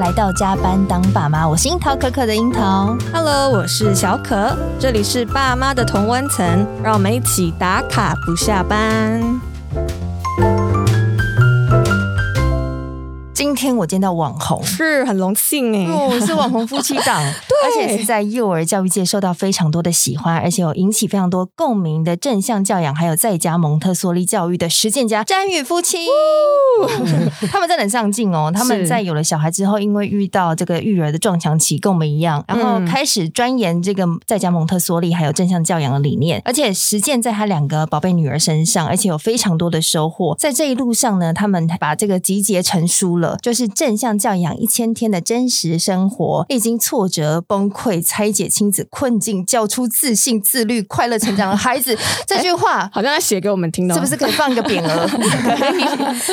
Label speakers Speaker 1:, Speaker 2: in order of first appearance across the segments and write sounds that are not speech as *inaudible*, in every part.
Speaker 1: 来到加班当爸妈，我是樱桃可可的樱桃。
Speaker 2: Hello，我是小可，这里是爸妈的同温层，让我们一起打卡不下班。
Speaker 1: 今天我见到网红，
Speaker 2: 是很荣幸哎、
Speaker 1: 哦，是网红夫妻 *laughs* 档，而且是在幼儿教育界受到非常多的喜欢，而且有引起非常多共鸣的正向教养，还有在家蒙特梭利教育的实践家詹宇夫 *laughs* 妻。嗯他们真的很上进哦，他们
Speaker 2: 是
Speaker 1: 在有了小孩之后，因为遇到这个育儿的撞墙期，跟我们一样，然后
Speaker 2: 嗯
Speaker 1: 开始钻研这个在家蒙特梭利还有正向教养的理念，而且实践在他两个宝贝女儿身上，而且有非常多的收获。在这一路上呢，他们把这个集结成书了，就是《正向教养一千天的真实生活》，历经挫折、崩溃、拆解亲子困境，教出自信、自律、快乐成长
Speaker 2: *laughs*
Speaker 1: 的孩子。这句话
Speaker 2: 好像在写给我们听的，哦
Speaker 1: 是不
Speaker 2: *laughs*
Speaker 1: 是？可以放一个匾额？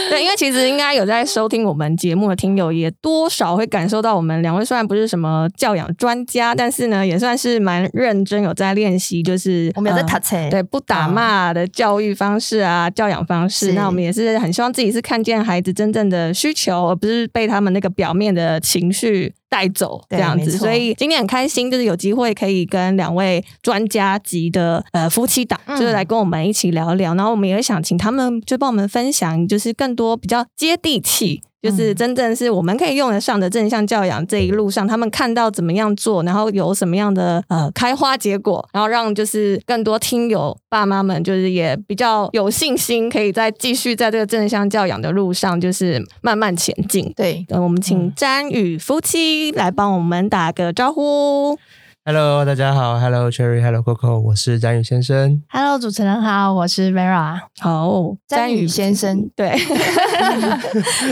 Speaker 2: 对，因为其实应该有在收听我们节目的听友，也多少会感受到我们两位虽然不是什么教养专家，但是呢，也算是蛮认真有在练习，就是
Speaker 1: 我们有在欸
Speaker 2: 呃
Speaker 1: 塔车，
Speaker 2: 对不打骂的教育方式啊，教养方
Speaker 1: 嗯是
Speaker 2: 式。那我们也是很希望自己是看见孩子真正的需求，而不是被他们那个表面的情绪带走
Speaker 1: 对
Speaker 2: 这样
Speaker 1: 没
Speaker 2: 子。
Speaker 1: 错
Speaker 2: 所以今天很开心，就是有机会可以跟两位专家级的呃夫妻档，
Speaker 1: 嗯
Speaker 2: 就是来跟我们一起聊聊。然后我们也想请他们就帮我们分享，就是更多比较接地气。就是
Speaker 1: 嗯
Speaker 2: 真正是我们可以用得上的正向教养这一路上，他们看到怎么样做，然后有什么样的呃开花结果，然后让就是更多听友爸妈们就是也比较有信心，可以再继续在这个正向教养的路上，就是慢慢前进。
Speaker 1: 对，
Speaker 2: 呃我们
Speaker 1: 嗯
Speaker 2: 请詹宇夫妻来帮我们打个招呼。
Speaker 3: Hello，大家好，Hello Cherry，Hello Coco，我是詹宇先生。
Speaker 4: Hello，主持人好，我是 Vera。
Speaker 2: 好，
Speaker 1: 詹宇先生。
Speaker 2: 对， *laughs*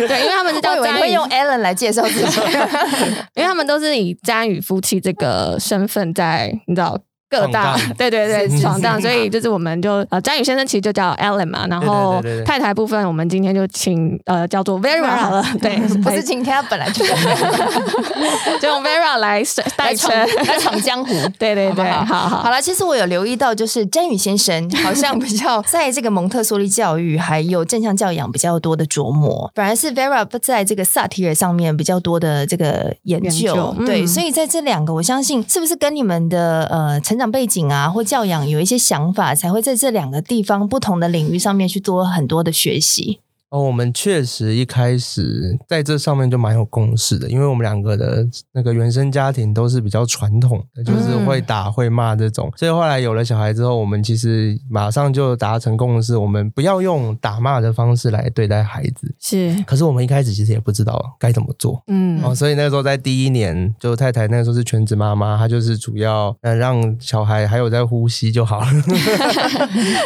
Speaker 2: 对，因为他们是
Speaker 1: 我以
Speaker 2: 叫
Speaker 1: 为
Speaker 2: 詹
Speaker 1: 你
Speaker 2: 宇
Speaker 1: 会用 Alan 来介绍自己，
Speaker 2: *laughs* 因为他们都是以詹宇夫妻这个身份在，你知道。各大
Speaker 3: 闯荡
Speaker 2: 对对
Speaker 3: 是
Speaker 2: 对
Speaker 3: *laughs* 是
Speaker 2: 闯荡，
Speaker 1: 是
Speaker 2: 所以就是我们就呃，詹宇先生其实就叫 Alan 嘛，然后
Speaker 3: 对对对对对
Speaker 2: 太太部分我们今天就请呃叫做 Vera
Speaker 1: *laughs*
Speaker 2: 好了，对，
Speaker 1: 不是今天他本来
Speaker 2: *laughs*
Speaker 1: 就
Speaker 2: 就用 Vera 来是代
Speaker 1: 来
Speaker 2: 称
Speaker 1: 闯， *laughs* 来闯江湖。
Speaker 2: 对对对，
Speaker 1: 好
Speaker 2: 好
Speaker 1: 不
Speaker 2: 好
Speaker 1: 好
Speaker 2: 好，
Speaker 1: 了，其实我有留意到，就是詹宇先 *laughs* 生好像比较在这个蒙特梭利教育还有正向教养比较多的琢磨，反而是 Vera 不在这个萨提尔上面比较多的这个研究。
Speaker 2: 研究嗯
Speaker 1: 对，所以在这两个，我相信是不是跟你们的呃成长背景啊或教养有一些想法，才会在这两个地方不同的领域上面去做很多的学习。
Speaker 3: 哦，我们确实一开始在这上面就蛮有共识的，因为我们两个的那个原生家庭都是比较传统的，就是会打会骂这种，所以后来有了小孩之后，我们其实马上就达成共识，我们不要用打骂的方式来对待孩子。
Speaker 2: 是
Speaker 3: 可是我们一开始其实也不知道该怎么做，
Speaker 2: 嗯
Speaker 3: 哦，所以那个时候在第一年，就太太那个时候是全职妈妈，她就是主要呃让小孩还有在呼吸
Speaker 2: *laughs*
Speaker 3: 就好了，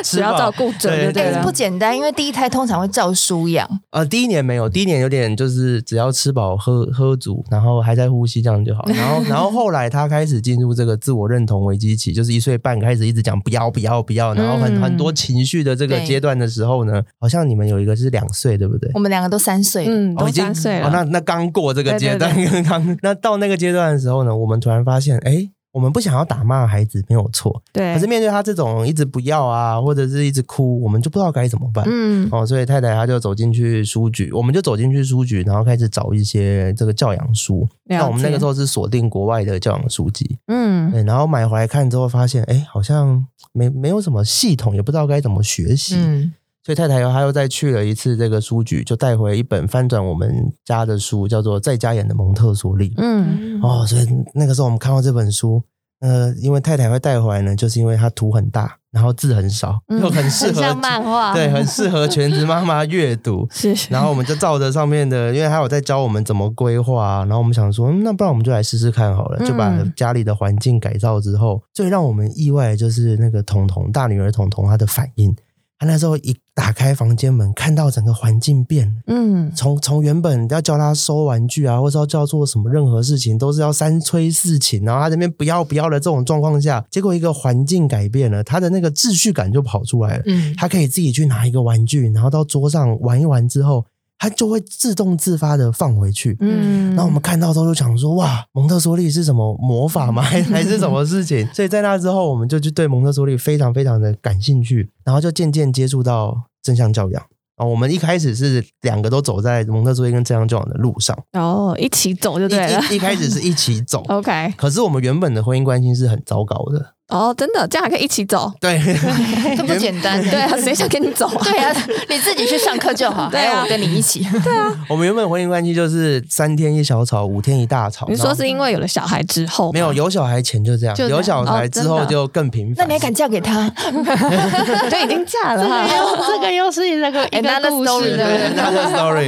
Speaker 2: 只要
Speaker 3: 饱
Speaker 2: 照顾准就对
Speaker 3: 对
Speaker 1: 哎
Speaker 2: 了
Speaker 1: 不，简单，因为第一胎通常会照书养。
Speaker 3: 呃，第一年没有，第一年有点就是只要吃饱喝喝足，然后还在呼吸这样就好。然后，然后后来他开始进入这个自我认同危机期，就是一岁半开始一直讲不要不要不要，然后很、
Speaker 1: 嗯
Speaker 3: 很多情绪的这个
Speaker 1: 对
Speaker 3: 阶段的时候呢，好像你们有一个是两岁，对不对？
Speaker 1: 我们两个都三岁了，
Speaker 2: 嗯，
Speaker 3: 哦
Speaker 2: 都
Speaker 3: 已经
Speaker 2: 三岁了，
Speaker 3: 哦，那那刚过这个
Speaker 2: 对对
Speaker 3: 阶段，刚那到那个阶段的时候呢，我们突然发现，哎，我们不想要打骂孩子没有错，
Speaker 2: 对
Speaker 3: 可是面对他这种一直不要啊，或者是一直哭，我们就不知道该怎么办。
Speaker 1: 嗯，
Speaker 3: 哦，所以太太她就走进去书局，我们就走进去书局，然后开始找一些这个教养书。那我们那个时
Speaker 2: 候
Speaker 3: 候是锁定国外的教养书籍，
Speaker 2: 嗯
Speaker 3: 对，然后买回来看之后发现，哎，好像没没有什么系统，也不知道该怎么学习。
Speaker 1: 嗯，
Speaker 3: 所以太太又她又再去了一次这个书局，就带回一本翻转我们家的书，叫做《在家演的蒙特梭利》。
Speaker 2: 嗯
Speaker 3: 哦，所以那个时候我们看到这本书，呃，因为太太会带回来呢，就是因为它图很大，然后字很少，
Speaker 2: 嗯。
Speaker 3: 又很适
Speaker 1: 很
Speaker 3: 合
Speaker 1: 像漫画，
Speaker 3: 对，很适合全职妈妈阅读
Speaker 2: *laughs* 是，
Speaker 3: 然后我们就照着上面的，因为他有在教我们怎么规划啊、然后我们想说、嗯那不然我们就来试试看好了，就把
Speaker 1: 嗯
Speaker 3: 家里的环境改造之后，最让我们意外的就是那个彤彤大女儿彤彤她的反应，她那时候一打开房间门，看到整个环境变了。
Speaker 2: 嗯
Speaker 3: 从从原本要叫他收玩具啊，或是要叫做什么任何事情，都是要三催四请，然后他这边不要不要的这种状况下，结果一个环境改变了，他的那个秩序感就跑出来了。
Speaker 1: *laughs* 嗯，
Speaker 3: 他可以自己去拿一个玩具，然后到桌上玩一玩之后，他就会自动自发的放回去。
Speaker 2: 嗯，
Speaker 3: 那我们看到之后就想说，哇，蒙特梭利是什么魔法 *laughs* 吗？还还是什么事情？ *laughs* 所以在那之后，我们就去对蒙特梭利非常非常的感兴趣，然后就渐渐接触到正向教养。啊、我们一开始是两个都走在蒙特梭利跟正向教养的路上，
Speaker 2: 哦，一起走就对了。，
Speaker 3: 一一一开始是一起走
Speaker 2: OK，
Speaker 3: *laughs* 可是我们原本的婚姻关系是很糟糕的，
Speaker 2: 哦，真的，这样还可以一起走？
Speaker 3: 对， *laughs*
Speaker 1: 这不简单，
Speaker 2: 对啊，谁想跟你走
Speaker 1: *laughs*
Speaker 2: 啊？
Speaker 1: 对啊，你自己去上课就 *laughs* 好，
Speaker 2: 对
Speaker 1: 还
Speaker 2: 啊
Speaker 1: 有我跟你一起。
Speaker 3: *laughs* 我们原本婚姻关系就是三天一小吵，五天一大吵。
Speaker 2: 你说
Speaker 3: 然后
Speaker 2: 是因为有了小孩之后吗
Speaker 3: 没有？有小孩前就这样，
Speaker 4: 就这样
Speaker 3: 有小孩
Speaker 2: 哦真
Speaker 3: 之
Speaker 2: 的
Speaker 3: 后就更频繁。
Speaker 1: 那你还敢嫁给他？
Speaker 2: 就已经嫁了啊哈？
Speaker 4: 这个又是那个一个
Speaker 1: Another
Speaker 4: 故
Speaker 1: story，
Speaker 4: 事
Speaker 1: 对不对
Speaker 4: 的。
Speaker 3: 那 sorry。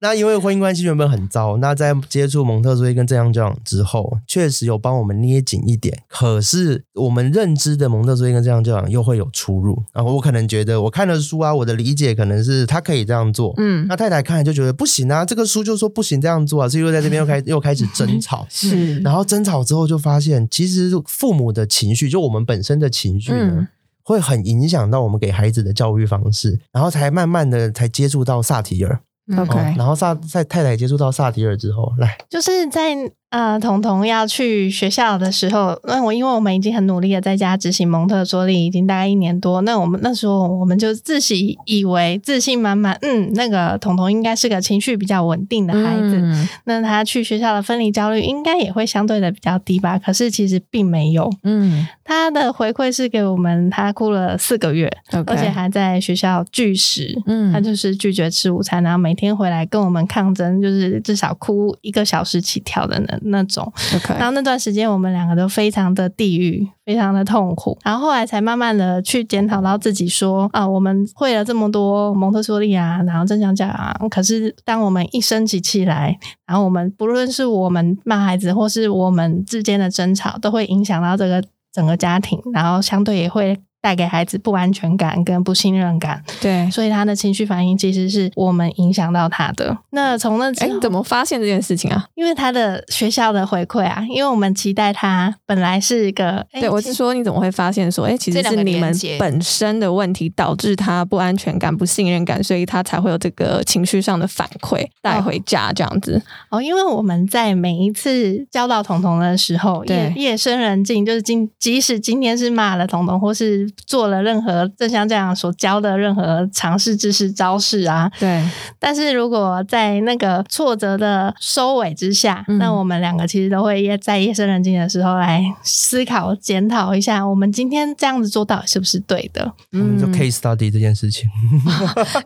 Speaker 3: 那因为婚姻关系原本很糟，那在接触蒙特梭利跟正向教养之后，确实有帮我们捏紧一点。可是我们认知的蒙特梭利跟正向教养又会有出入。然后我可能觉得我看了书啊，我的理解可能是他可以这样做，
Speaker 2: 嗯，
Speaker 3: 那太太看了就觉得不行啊，这个书就说不行这样做啊，所以又在这边
Speaker 2: *laughs*
Speaker 3: 又开又开始争吵。
Speaker 2: 是嗯
Speaker 3: 然后争吵之后就发现，其实父母的情绪，就我们本身的情绪呢，
Speaker 2: 嗯
Speaker 3: 会很影响到我们给孩子的教育方式。然后才慢慢的才接触到萨提尔，哦
Speaker 4: 嗯
Speaker 2: OK
Speaker 3: 然后萨在太太接触到萨提尔之后，来，
Speaker 4: 就是在呃，彤彤要去学校的时候，那我因为我们已经很努力的在家执行蒙特梭利，已经大概一年多。那我们那时候我们就自己以为自信满满，嗯，那个彤彤应该是个情绪比较稳定的孩子，
Speaker 2: 嗯
Speaker 4: 那他去学校的分离焦虑应该也会相对的比较低吧？可是其实并没有，
Speaker 2: 嗯
Speaker 4: 他的回馈是给我们，他哭了四个月，
Speaker 2: ，OK，
Speaker 4: 而且还在学校拒食。
Speaker 2: 嗯
Speaker 4: 他就是拒绝吃午餐，然后每天回来跟我们抗争，就是至少哭一个小时起跳的那那种。然
Speaker 2: OK，
Speaker 4: 后那段时间，我们两个都非常的地狱，非常的痛苦。然后后来才慢慢的去检讨到自己说，啊、我们会了这么多蒙特梭利啊，然后正向教养啊，可是当我们一升起气来，然后我们不论是我们骂孩子，或是我们之间的争吵，都会影响到这个整个家庭，然后相对也会。带给孩子不安全感跟不信任感，
Speaker 2: 对。
Speaker 4: 所以他的情绪反应其实是我们影响到他的。那从那之
Speaker 2: 哎
Speaker 4: 后，，
Speaker 2: 怎么发现这件事情啊？
Speaker 4: 因为他的学校的回馈啊，因为我们期待他本来是一个，哎
Speaker 2: 对我
Speaker 4: 其
Speaker 2: 是
Speaker 4: 实
Speaker 2: 说，你怎么会发现说，哎，其
Speaker 1: 这
Speaker 2: 实
Speaker 1: 两
Speaker 2: 是
Speaker 1: 个
Speaker 2: 你们
Speaker 1: 连接
Speaker 2: 本身的问题导致他不安全感、不信任感，所以他才会有这个情绪上的反馈带回家这样子。
Speaker 4: 哦，因为我们在每一次教导彤彤的时候，
Speaker 2: 对
Speaker 4: 夜夜深人静，就是今即使今天是骂了彤彤，或是做了任何正像这样所教的任何尝试知识招式啊，
Speaker 2: 对，
Speaker 4: 但是如果在那个挫折的收尾之下，
Speaker 2: 嗯
Speaker 4: 那我们两个其实都会夜在夜深人静的时候来思考、检讨一下，我们今天这样子做到底是不是对的？
Speaker 2: 嗯
Speaker 3: 我们就 case study 这件事情，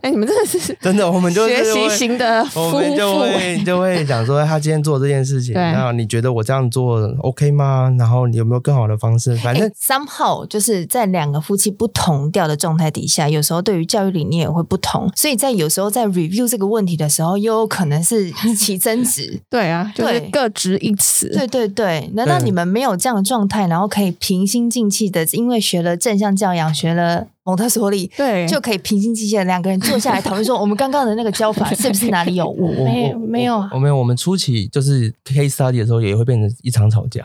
Speaker 2: 哎，你们真的是
Speaker 3: 真的，我们就是
Speaker 2: 学习
Speaker 3: 会
Speaker 2: 型的
Speaker 3: 我
Speaker 2: 夫妇
Speaker 3: 们就会就会讲说，他今天做这件事情，
Speaker 2: 对。
Speaker 3: 那你觉得我这样做 OK 吗？然后你有没有更好的方式？反正
Speaker 1: 哎 somehow 就是在两个夫妻不同调的状态底下，有时候对于教育理念也会不同，所以在有时候在 review 这个问题的时候，又有可能是起争执 *laughs*
Speaker 2: 对啊，就是
Speaker 1: 对
Speaker 2: 各执一词。
Speaker 1: 对对对，难道
Speaker 3: 对
Speaker 1: 你们没有这样的状态，然后可以平心静气的，因为学了正向教养，学了蒙特梭利，
Speaker 2: 对， *laughs*
Speaker 1: 就可以平心静气的两个人坐下来讨论说，我们刚刚的那个教法是不是哪里有 *laughs* 误？
Speaker 3: 我
Speaker 4: 没
Speaker 3: 我
Speaker 4: 有没有啊
Speaker 3: 我没有，我们初期就是 case study 的时候也会变成一场吵
Speaker 4: *laughs*
Speaker 3: 架，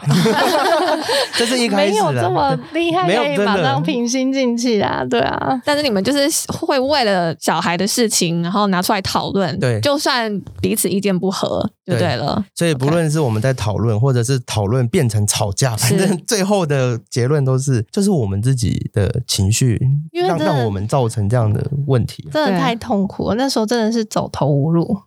Speaker 3: 这是一开
Speaker 4: 没
Speaker 3: 始
Speaker 2: 啊
Speaker 4: 有这么
Speaker 3: 的。
Speaker 4: 厉害，
Speaker 3: 没有
Speaker 4: 可以
Speaker 3: 真的
Speaker 4: 马上平心静气啊，对啊。
Speaker 2: 但是你们就是会为了小孩的事情，然后拿出来讨论，
Speaker 3: 对
Speaker 2: 就算彼此意见不合，就
Speaker 3: 对
Speaker 2: 对了。
Speaker 3: 所以不论是我们在讨论，或者是讨论变成吵架，反
Speaker 2: 是
Speaker 3: 正最后的结论都是，就是我们自己的情绪
Speaker 4: 因为
Speaker 3: 让
Speaker 4: 真的
Speaker 3: 让我们造成这样的问题。
Speaker 4: 真的
Speaker 2: 对啊
Speaker 4: 太痛苦了，那时候真的是走投
Speaker 2: *laughs*
Speaker 4: 无路，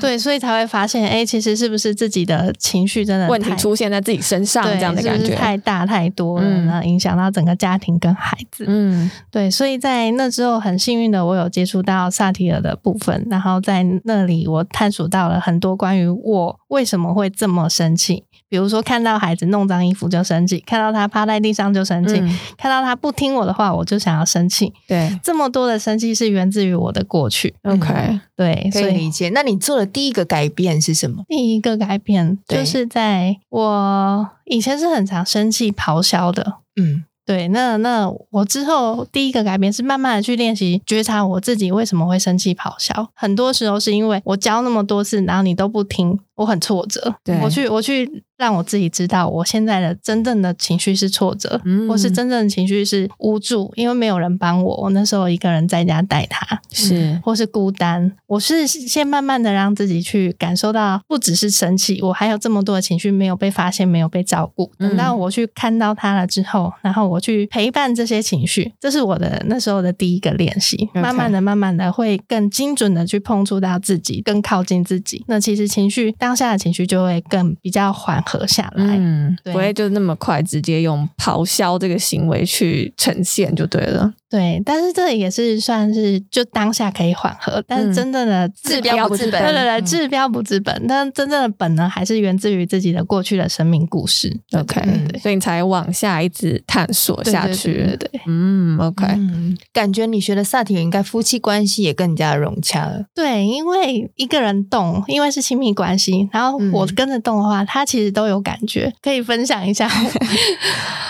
Speaker 4: 对，所以才会发现，哎、其实是不是自己的情绪真的
Speaker 2: 问题
Speaker 4: 太
Speaker 2: 出现在自己身上，
Speaker 4: 对
Speaker 2: 这样的感
Speaker 4: 是不
Speaker 2: 觉。
Speaker 4: 是太大太多了，
Speaker 2: 嗯
Speaker 4: 然后影响到整个家庭跟孩子。
Speaker 2: 嗯，
Speaker 4: 对，所以在那之后，很幸运的，我有接触到萨提尔的部分，然后在那里我探索到了很多关于我为什么会这么生气，比如说看到孩子弄脏衣服就生气，看到他趴在地上就生气，
Speaker 2: 嗯
Speaker 4: 看到他不听我的话我就想要生气。
Speaker 2: 对
Speaker 4: 这么多的生气是源自于我的过去，
Speaker 2: ，OK，
Speaker 4: 对，
Speaker 1: 可
Speaker 4: 所
Speaker 1: 以
Speaker 4: 以
Speaker 1: 理解。那你做的第一个改变是什么？
Speaker 4: 第一个改变
Speaker 1: 对
Speaker 4: 就是在我以前是很常生气咆哮的，
Speaker 1: 嗯，
Speaker 4: 对，那那我之后第一个改变是慢慢的去练习觉察我自己为什么会生气咆哮。很多时候是因为我教那么多次，然后你都不听，我很挫折。
Speaker 2: 对
Speaker 4: 我去我去让我自己知道我现在的真正的情绪是挫折，
Speaker 5: 嗯
Speaker 4: 或是真正的情绪是无助，因为没有人帮我，我那时候一个人在家带他，
Speaker 5: 是
Speaker 4: 或是孤单。我是先慢慢的让自己去感受到，不只是生气，我还有这么多的情绪没有被发现，没有被照顾。
Speaker 5: 嗯
Speaker 4: 等到我去看到他了之后，然后我去陪伴这些情绪，这是我的那时候的第一个练习。
Speaker 5: OK
Speaker 4: 慢慢的、慢慢的，会更精准的去碰触到自己，更靠近自己。那其实情绪当下的情绪就会更比较缓和下来。
Speaker 5: 嗯，
Speaker 4: 对
Speaker 2: 不会就那么快直接用咆哮这个行为去呈现就对了。
Speaker 4: 对，但是这也是算是就当下可以缓和，但
Speaker 5: 嗯
Speaker 4: 是真正的
Speaker 1: 治标不治本
Speaker 4: 对对对，
Speaker 5: 嗯
Speaker 4: 治标不治本，但真正的本呢，还是源自于自己的过去的生命故事
Speaker 2: OK，、
Speaker 4: 嗯
Speaker 2: 所以你才往下一直探索下去。
Speaker 4: 对对对对
Speaker 5: 嗯，OK，
Speaker 1: 嗯，感觉你学的萨提尔，应该夫妻关系也更加融洽了。
Speaker 4: 对，因为一个人动，因为是亲密关系，然后
Speaker 1: 嗯
Speaker 4: 我跟着动的话，他其实都有感觉，可以分享一 *laughs* 下。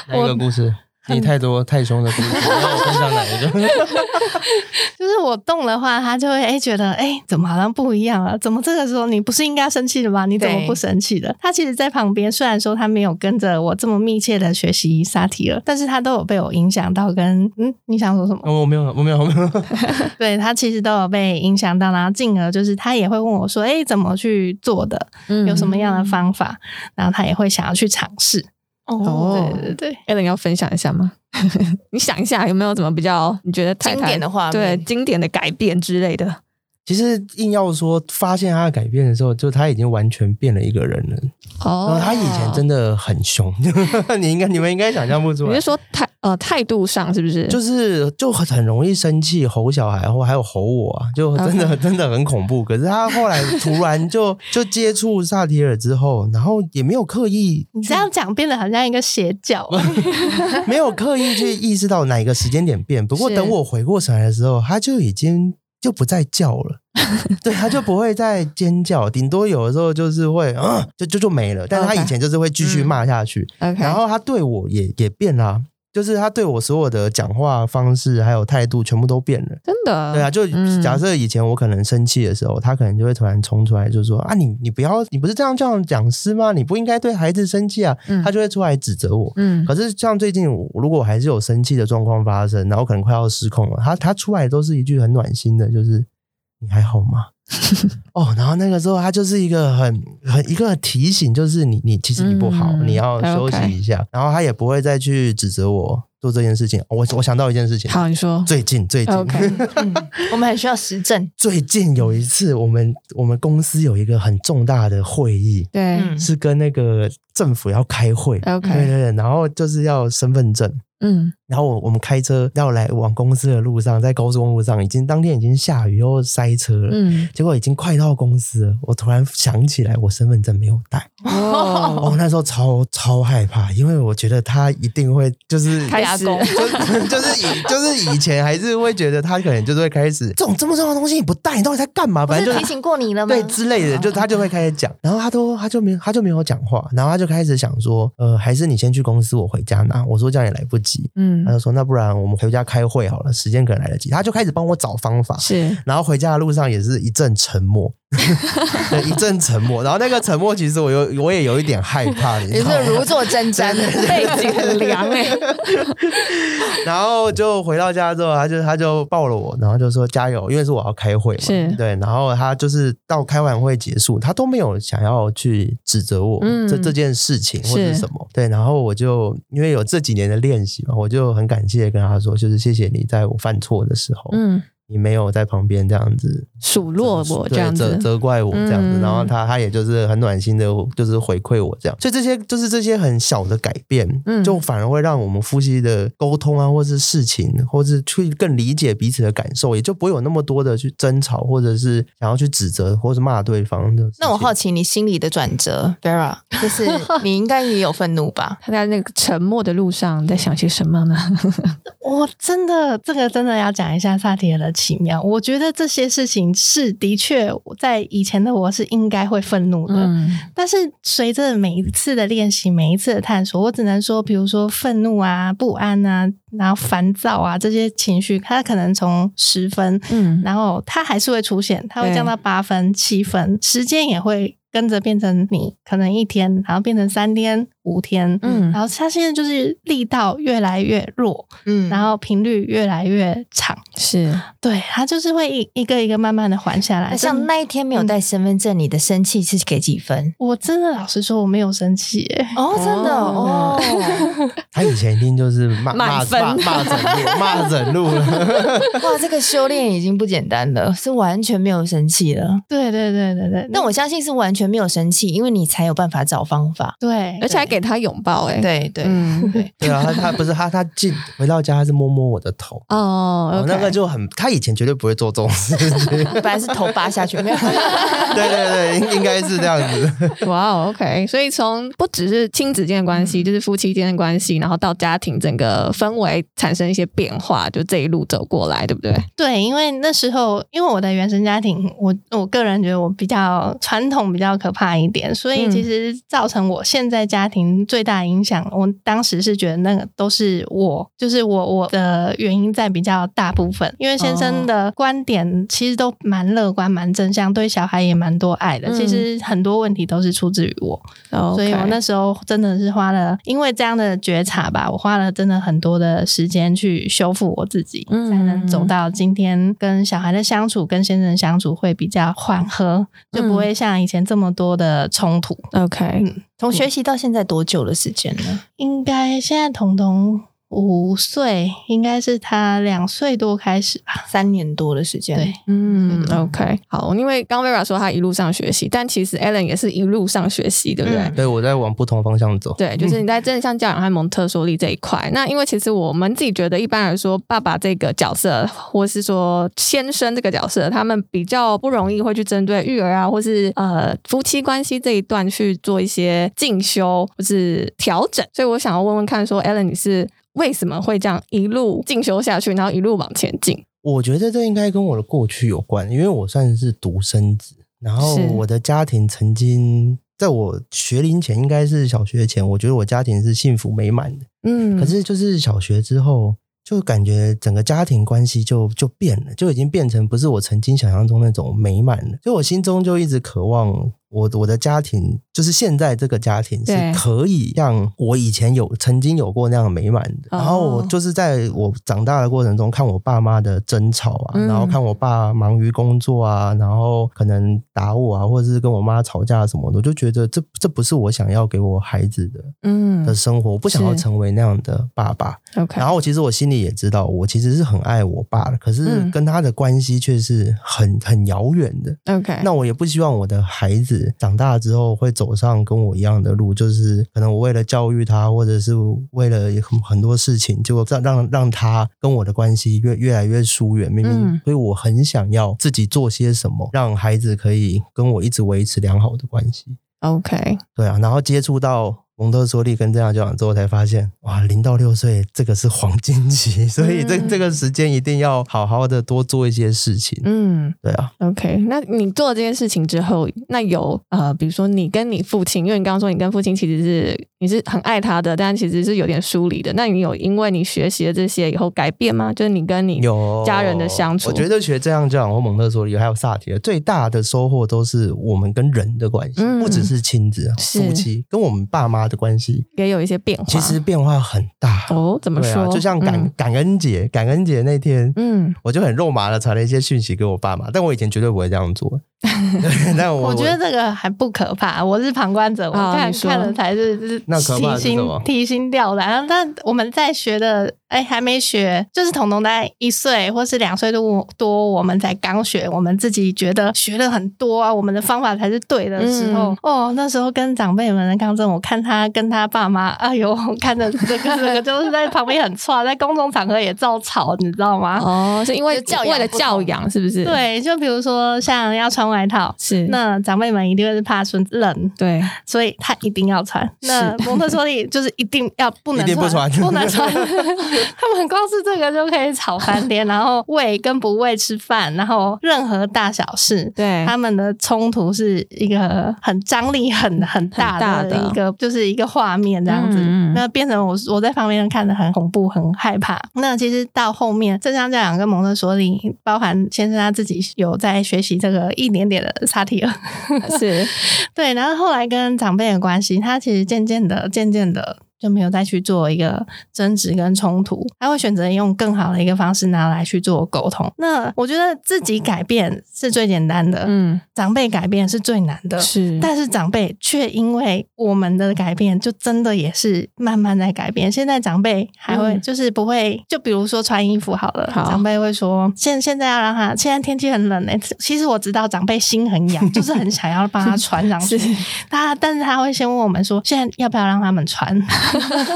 Speaker 3: 哪一个故事？你太多太凶的故事，那我分享哪一个？ *laughs*
Speaker 4: 就是我动的话，他就会哎觉得哎怎么好像不一样了？怎么这个时候你不是应该生气的吗？你怎么
Speaker 1: 对
Speaker 4: 不生气了？他其实，在旁边虽然说他没有跟着我这么密切的学习萨提尔，但是他都有被我影响到跟。嗯，你想说什么？
Speaker 3: 哦我没有，我没有，我没有。
Speaker 4: 对他其实都有被影响到，然后进而就是他也会问我说：“哎，怎么去做的？
Speaker 5: 嗯
Speaker 4: 有什么样的方法？”然后他也会想要去尝试。
Speaker 5: 哦
Speaker 4: 对对对。
Speaker 2: 艾伦要分享一下吗？ *laughs* 你想一下有没有怎么比较你觉得太太
Speaker 1: 经典的画
Speaker 2: 对
Speaker 1: 面
Speaker 2: 经典的改变之类的？
Speaker 3: 其实硬要说发现他的改变的时候，就他已经完全变了一个人了。然
Speaker 2: 哦
Speaker 3: 后他以前真的很凶， *laughs* 你应该你们应该想象不出
Speaker 2: 你
Speaker 3: 来
Speaker 2: 是。说态呃态度上是不是？
Speaker 3: 就是就很很容易生气，吼小孩或还有吼我啊，就真的真的很恐怖。可是他后来突
Speaker 2: *laughs*
Speaker 3: 然就就接触萨提尔之后，然后也没有
Speaker 2: *laughs*
Speaker 3: 刻意
Speaker 4: 你这样讲变得好像一个邪教， *laughs*
Speaker 3: 没有刻意去意识到哪一个时间点变。不过
Speaker 5: 是
Speaker 3: 等我回过神来的时候，他就已经就不再叫
Speaker 2: *laughs*
Speaker 3: 了。对，他就不会再尖叫，顶多有的时候就是会，啊，就就就没了。但是他
Speaker 2: OK
Speaker 3: 以前就是会继续
Speaker 5: 嗯
Speaker 3: 骂下去，
Speaker 2: OK，
Speaker 3: 然后他对我也也变了啊、就是他对我所有的讲话方式还有态度全部都变了。
Speaker 2: 真的
Speaker 3: 对啊，就
Speaker 5: 嗯
Speaker 3: 假设以前我可能生气的时候，他可能就会突然冲出来，就说啊，你你不要，你不是这样这样讲师吗？你不应该对孩子生气啊
Speaker 5: 嗯。
Speaker 3: 他就会出来指责我。
Speaker 5: 嗯
Speaker 3: 可是像最近，我如果我还是有生气的状况发生，然后可能快要失控了，他他出来都是一句很暖心的，就是你还好吗？ *laughs* 哦，然后那个时候他就是一个很很一个提醒，就是你你其实你不好，
Speaker 5: 嗯
Speaker 3: 你要休息
Speaker 2: OK
Speaker 3: 一下。然后他也不会再去指责我做这件事情。哦我我想到一件事情，
Speaker 2: 好，你说
Speaker 3: 最近最近
Speaker 2: OK
Speaker 1: 嗯， *laughs* 我们很需要实证。
Speaker 3: *laughs* 最近有一次，我们我们公司有一个很重大的会议，
Speaker 2: 对、
Speaker 1: 嗯，
Speaker 3: 是跟那个政府要开会。对对
Speaker 2: OK
Speaker 3: 对，然后就是要身份证。
Speaker 2: 嗯
Speaker 3: 然后我我们开车要来往公司的路上，在高速公路上，已经当天已经下雨又塞车了，
Speaker 2: 嗯
Speaker 3: 结果已经快到公司了。我突然想起来，我身份证没有带，
Speaker 2: 哦
Speaker 3: 哦，那时候超超害怕，因为我觉得他一定会就是
Speaker 2: 开始
Speaker 3: 就就是以就是以前还是会觉得他可能就是会开始这种这么重要的东西你不带，你到底在干嘛？
Speaker 1: 不
Speaker 3: 反
Speaker 1: 是
Speaker 3: 正
Speaker 1: 提
Speaker 3: 就是。
Speaker 1: 醒过你了吗？嗯
Speaker 3: 对之类的，就他就会开始讲，然后他都他就没有他就没有讲话，然后他就开始想说，呃，还是你先去公司，我回家拿。我说这样也来不及，
Speaker 5: 嗯
Speaker 3: 他就说：“那不然我们回家开会好了，时间可能来得及。”他就开始帮我找方法。 *laughs*
Speaker 2: 是
Speaker 3: 然后回家的路上也是一阵沉默，对，一阵沉默。然后那个沉默，其实我有我也有一点害怕，你
Speaker 1: 也
Speaker 3: 知道
Speaker 1: 是
Speaker 3: 吗
Speaker 1: 如？坐针毡，
Speaker 2: 背景很凉哎、
Speaker 3: 欸
Speaker 2: *laughs*
Speaker 3: 然后就回到家之后，他就他就抱了我，然后就说加油，因为是我要开会嘛，
Speaker 2: 是
Speaker 3: 对。然后他就是到开完会结束，他都没有想要去指责我、
Speaker 5: 嗯
Speaker 3: 这这件事情或
Speaker 5: 是
Speaker 3: 者什么，对。然后我就因为有这几年的练习嘛，我就很感谢跟他说，就是谢谢你在我犯错的时候，
Speaker 5: 嗯
Speaker 3: 你没有在旁边这样子
Speaker 2: 数落我
Speaker 3: 对
Speaker 2: 这样
Speaker 3: 责
Speaker 2: 子，？
Speaker 3: 责怪我这样子，
Speaker 5: 嗯
Speaker 3: 然后他他也就是很暖心的，就是回馈我这样，所以这些就是这些很小的改变，
Speaker 5: 嗯
Speaker 3: 就反而会让我们夫妻的沟通啊，或是事情，或是去更理解彼此的感受，也就不会有那么多的去争吵，或者是想要去指责或是骂对方的事情。
Speaker 1: 那我好奇你心里的转折，Vera，就是你应该也有愤怒吧
Speaker 2: 他在那个沉默的路上在想些什么
Speaker 3: *laughs*
Speaker 2: 呢？
Speaker 4: 我真的这个真的要讲一下萨提尔的奇妙。我觉得这些事情是的确在以前的我是应该会愤怒的，
Speaker 5: 嗯
Speaker 4: 但是随着每一次的练习，每一次的探索，我只能说，比如说愤怒啊、不安啊，然后烦躁啊这些情绪，它可能从十分，
Speaker 5: 嗯
Speaker 4: 然后它还是会出现，它会降到八分、七分，时间也会。跟着变成你可能一天，然后变成三天、五天，
Speaker 2: 嗯
Speaker 4: 然后它现在就是力道越来越弱，
Speaker 1: 嗯
Speaker 4: 然后频率越来越长，
Speaker 2: 是
Speaker 4: 对，它就是会一一个一个慢慢的缓下来。
Speaker 1: 那像
Speaker 4: 真
Speaker 1: 那一天没有带身份证，你的生气是给几分？
Speaker 4: 我真的老实说，我没有生气、耶。
Speaker 1: 哦，真的哦， *laughs*
Speaker 3: 他以前一定就是骂骂
Speaker 2: *laughs* 满分
Speaker 3: 骂骂整路，
Speaker 2: *laughs*
Speaker 3: 骂整路了。 *laughs*
Speaker 1: 哇，这个修炼已经不简单了，是完全没有生气了。
Speaker 4: 对对对对对，
Speaker 1: 但我相信是完全没有生气，因为你才有办法找方法。
Speaker 4: 对，
Speaker 2: 而且还给他拥抱、欸，哎，
Speaker 1: 对对，
Speaker 2: 嗯，
Speaker 3: 对啊，他他不是他他进回到家他是摸摸我的头，
Speaker 2: 哦
Speaker 3: 哦，
Speaker 2: ，OK，
Speaker 3: 那个就很他以前绝对不会做这种事情。
Speaker 1: *laughs* 本来是头扒下去，没有。
Speaker 3: 对对对，应应该是这样
Speaker 2: *laughs* *laughs*
Speaker 3: 子。
Speaker 2: 哇哦，OK，所以从不只是亲子间的关系，就是夫妻间的关系，然后到家庭整个氛围产生一些变化，就这一路走过来，对不对？
Speaker 4: 对，因为那时候，因为我的原生家庭，我我个人觉得我比较传统，比较可怕一点，所以
Speaker 2: 嗯
Speaker 4: 其实造成我现在家庭最大影响，我当时是觉得那个都是我，就是我我的原因在比较大部分，因为先生的观点其实都蛮乐观、蛮正向，对小孩也蛮多爱的，
Speaker 2: 嗯
Speaker 4: 其实很多问题都是出自于我。所以我那时候真的是花了，因为这样的觉察吧，我花了真的很多的时间去修复我自己，
Speaker 2: 嗯
Speaker 4: 才能走到今天跟小孩的相处、跟先生的相处会比较缓和，就不会像以前这么多的冲突。
Speaker 2: OK，
Speaker 4: 嗯，
Speaker 1: *laughs* 从学习到现在多久的时间呢？
Speaker 4: 应该现在彤彤五岁，应该是他两岁多开始吧？
Speaker 1: 三年多的时间。
Speaker 4: 对，
Speaker 2: 嗯
Speaker 1: 嗯
Speaker 2: ，OK，好，因为刚 Vera 说她一路上学习，但其实 Alan 也是一路上学习，对不对？
Speaker 1: 嗯
Speaker 3: 对，我在往不同的方向走。
Speaker 2: 对，就是你在正向教养和蒙特梭利这一块。那因为其实我们自己觉得，一般来说，爸爸这个角色，或是说先生这个角色，他们比较不容易会去针对育儿啊，或是呃夫妻关系这一段去做一些进修或是调整。所以我想要问问看说 Ellen，你是为什么会这样一路进修下去，然后一路往前进？
Speaker 3: 我觉得这应该跟我的过去有关，因为我算是独生子，然后
Speaker 2: 是
Speaker 3: 我的家庭曾经在我学龄前，应该是小学前，我觉得我家庭是幸福美满的。
Speaker 2: 嗯，
Speaker 3: 可是就是小学之后，就感觉整个家庭关系就就变了，就已经变成不是我曾经想象中那种美满了。就我心中就一直渴望我我的家庭，就是现在这个家庭是
Speaker 2: 对
Speaker 3: 可以让我以前有曾经有过那样美满的。
Speaker 2: 哦
Speaker 3: 然后我就是在我长大的过程中，看我爸妈的争吵啊，
Speaker 2: 嗯
Speaker 3: 然后看我爸忙于工作啊，然后可能打我啊，或者是跟我妈吵架什么的，我就觉得这这不是我想要给我孩子的
Speaker 2: 嗯
Speaker 3: 的生活，我不想要
Speaker 2: 是
Speaker 3: 成为那样的爸爸。
Speaker 2: ，OK，
Speaker 3: 然后其实我心里也知道，我其实是很爱我爸的，可是
Speaker 2: 嗯
Speaker 3: 跟他的关系却是很很遥远的。
Speaker 2: OK，
Speaker 3: 那我也不希望我的孩子长大之后会走上跟我一样的路，就是可能我为了教育他，或者是为了很很多事情，结果让让让他跟我的关系越越来越疏远。明明，
Speaker 2: 嗯
Speaker 3: 所以我很想要自己做些什么，让孩子可以跟我一直维持良好的关系。
Speaker 2: OK，
Speaker 3: 对啊，然后接触到蒙特梭利跟正向教养之后，才发现哇，零到六岁这个是黄金期， *laughs* 所以这、
Speaker 2: 嗯
Speaker 3: 这个时间一定要好好的多做一些事情。
Speaker 2: 嗯。
Speaker 3: 对啊，
Speaker 2: OK，那你做这件事情之后，那有呃，比如说你跟你父亲，因为你刚刚说你跟父亲其实是你是很爱他的，但其实是有点疏离的。那你有因为你学习了这些以后改变吗？就是你跟你
Speaker 3: 有
Speaker 2: 家人的相处
Speaker 3: 我觉得学正向教养或蒙特梭利还有萨提尔最大的收获都是我们跟人的关系，
Speaker 2: 嗯
Speaker 3: 不只是亲子、啊
Speaker 2: 是
Speaker 3: 夫妻，跟我们爸妈的关系
Speaker 2: 也有一些变化。
Speaker 3: 其实变化很大。
Speaker 2: 哦，怎么
Speaker 3: 对
Speaker 2: 说？
Speaker 3: 啊，就像感、感恩节，感恩节那天，
Speaker 2: 嗯
Speaker 3: 我就很肉麻的传了一些讯息给我爸妈，但我以前绝对不会这样做。 *laughs* 对但我
Speaker 4: 我觉得这个还不可怕，我是旁观者，我
Speaker 2: 啊
Speaker 4: 看
Speaker 2: 你说
Speaker 4: 看了才是就是
Speaker 3: 那可怕
Speaker 4: 提
Speaker 3: 的是什
Speaker 4: 心
Speaker 3: 么
Speaker 4: 提心吊胆。然后但我们在学的，哎，还没学，就是彤彤大概一岁或是两岁多多，我们才刚学，我们自己觉得学了很多啊，我们的方法才是对的时候，哦，那时候跟长辈们的抗争，我看他跟他爸妈，哎呦，我看着这个这个，就是在旁边很吵，在公众场合也造吵，你知道吗？
Speaker 2: 哦，是因为
Speaker 1: 就教养
Speaker 2: 为了
Speaker 1: 不同
Speaker 2: 教养，是不是？，
Speaker 4: 对，就比如说像要穿外套。
Speaker 2: 是
Speaker 4: 那长辈们一定会是怕孙子冷，
Speaker 2: 对
Speaker 4: 所以他一定要穿。那蒙特梭利就是一定要不能
Speaker 3: 一定不穿
Speaker 2: *laughs*
Speaker 4: 不能穿。他们光是这个就可以吵翻天，然后喂跟不喂吃饭，然后任何大小事，
Speaker 2: 对
Speaker 4: 他们的冲突是一个很张力很很大
Speaker 2: 很大
Speaker 4: 的
Speaker 2: 的
Speaker 4: 一个，就是一个画面这样子。
Speaker 2: 嗯嗯
Speaker 4: 那变成我我在旁边看的很恐怖，很害怕。那其实到后面，正向教养跟蒙特梭利，包含先生他自己有在学习这个一点点的萨提尔， *laughs*
Speaker 2: 是
Speaker 4: 对，然后后来跟长辈的关系，他其实渐渐的、渐渐的就没有再去做一个争执跟冲突，他会选择用更好的一个方式拿来去做沟通。那我觉得自己改变是最简单的，
Speaker 2: 嗯
Speaker 4: 长辈改变是最难的。
Speaker 2: 是
Speaker 4: 但是长辈却因为我们的改变，就真的也是慢慢在改变。现在长辈还会、
Speaker 2: 嗯
Speaker 4: 就是不会，就比如说穿衣服好了，
Speaker 2: 好
Speaker 4: 长辈会说现现在要让他，现在天气很冷诶、其实我知道长辈心很
Speaker 2: *laughs*
Speaker 4: 痒，就是很想要帮他穿上去
Speaker 2: 是，
Speaker 4: 他但是他会先问我们说，现在要不要让他们
Speaker 2: *laughs*
Speaker 4: 穿？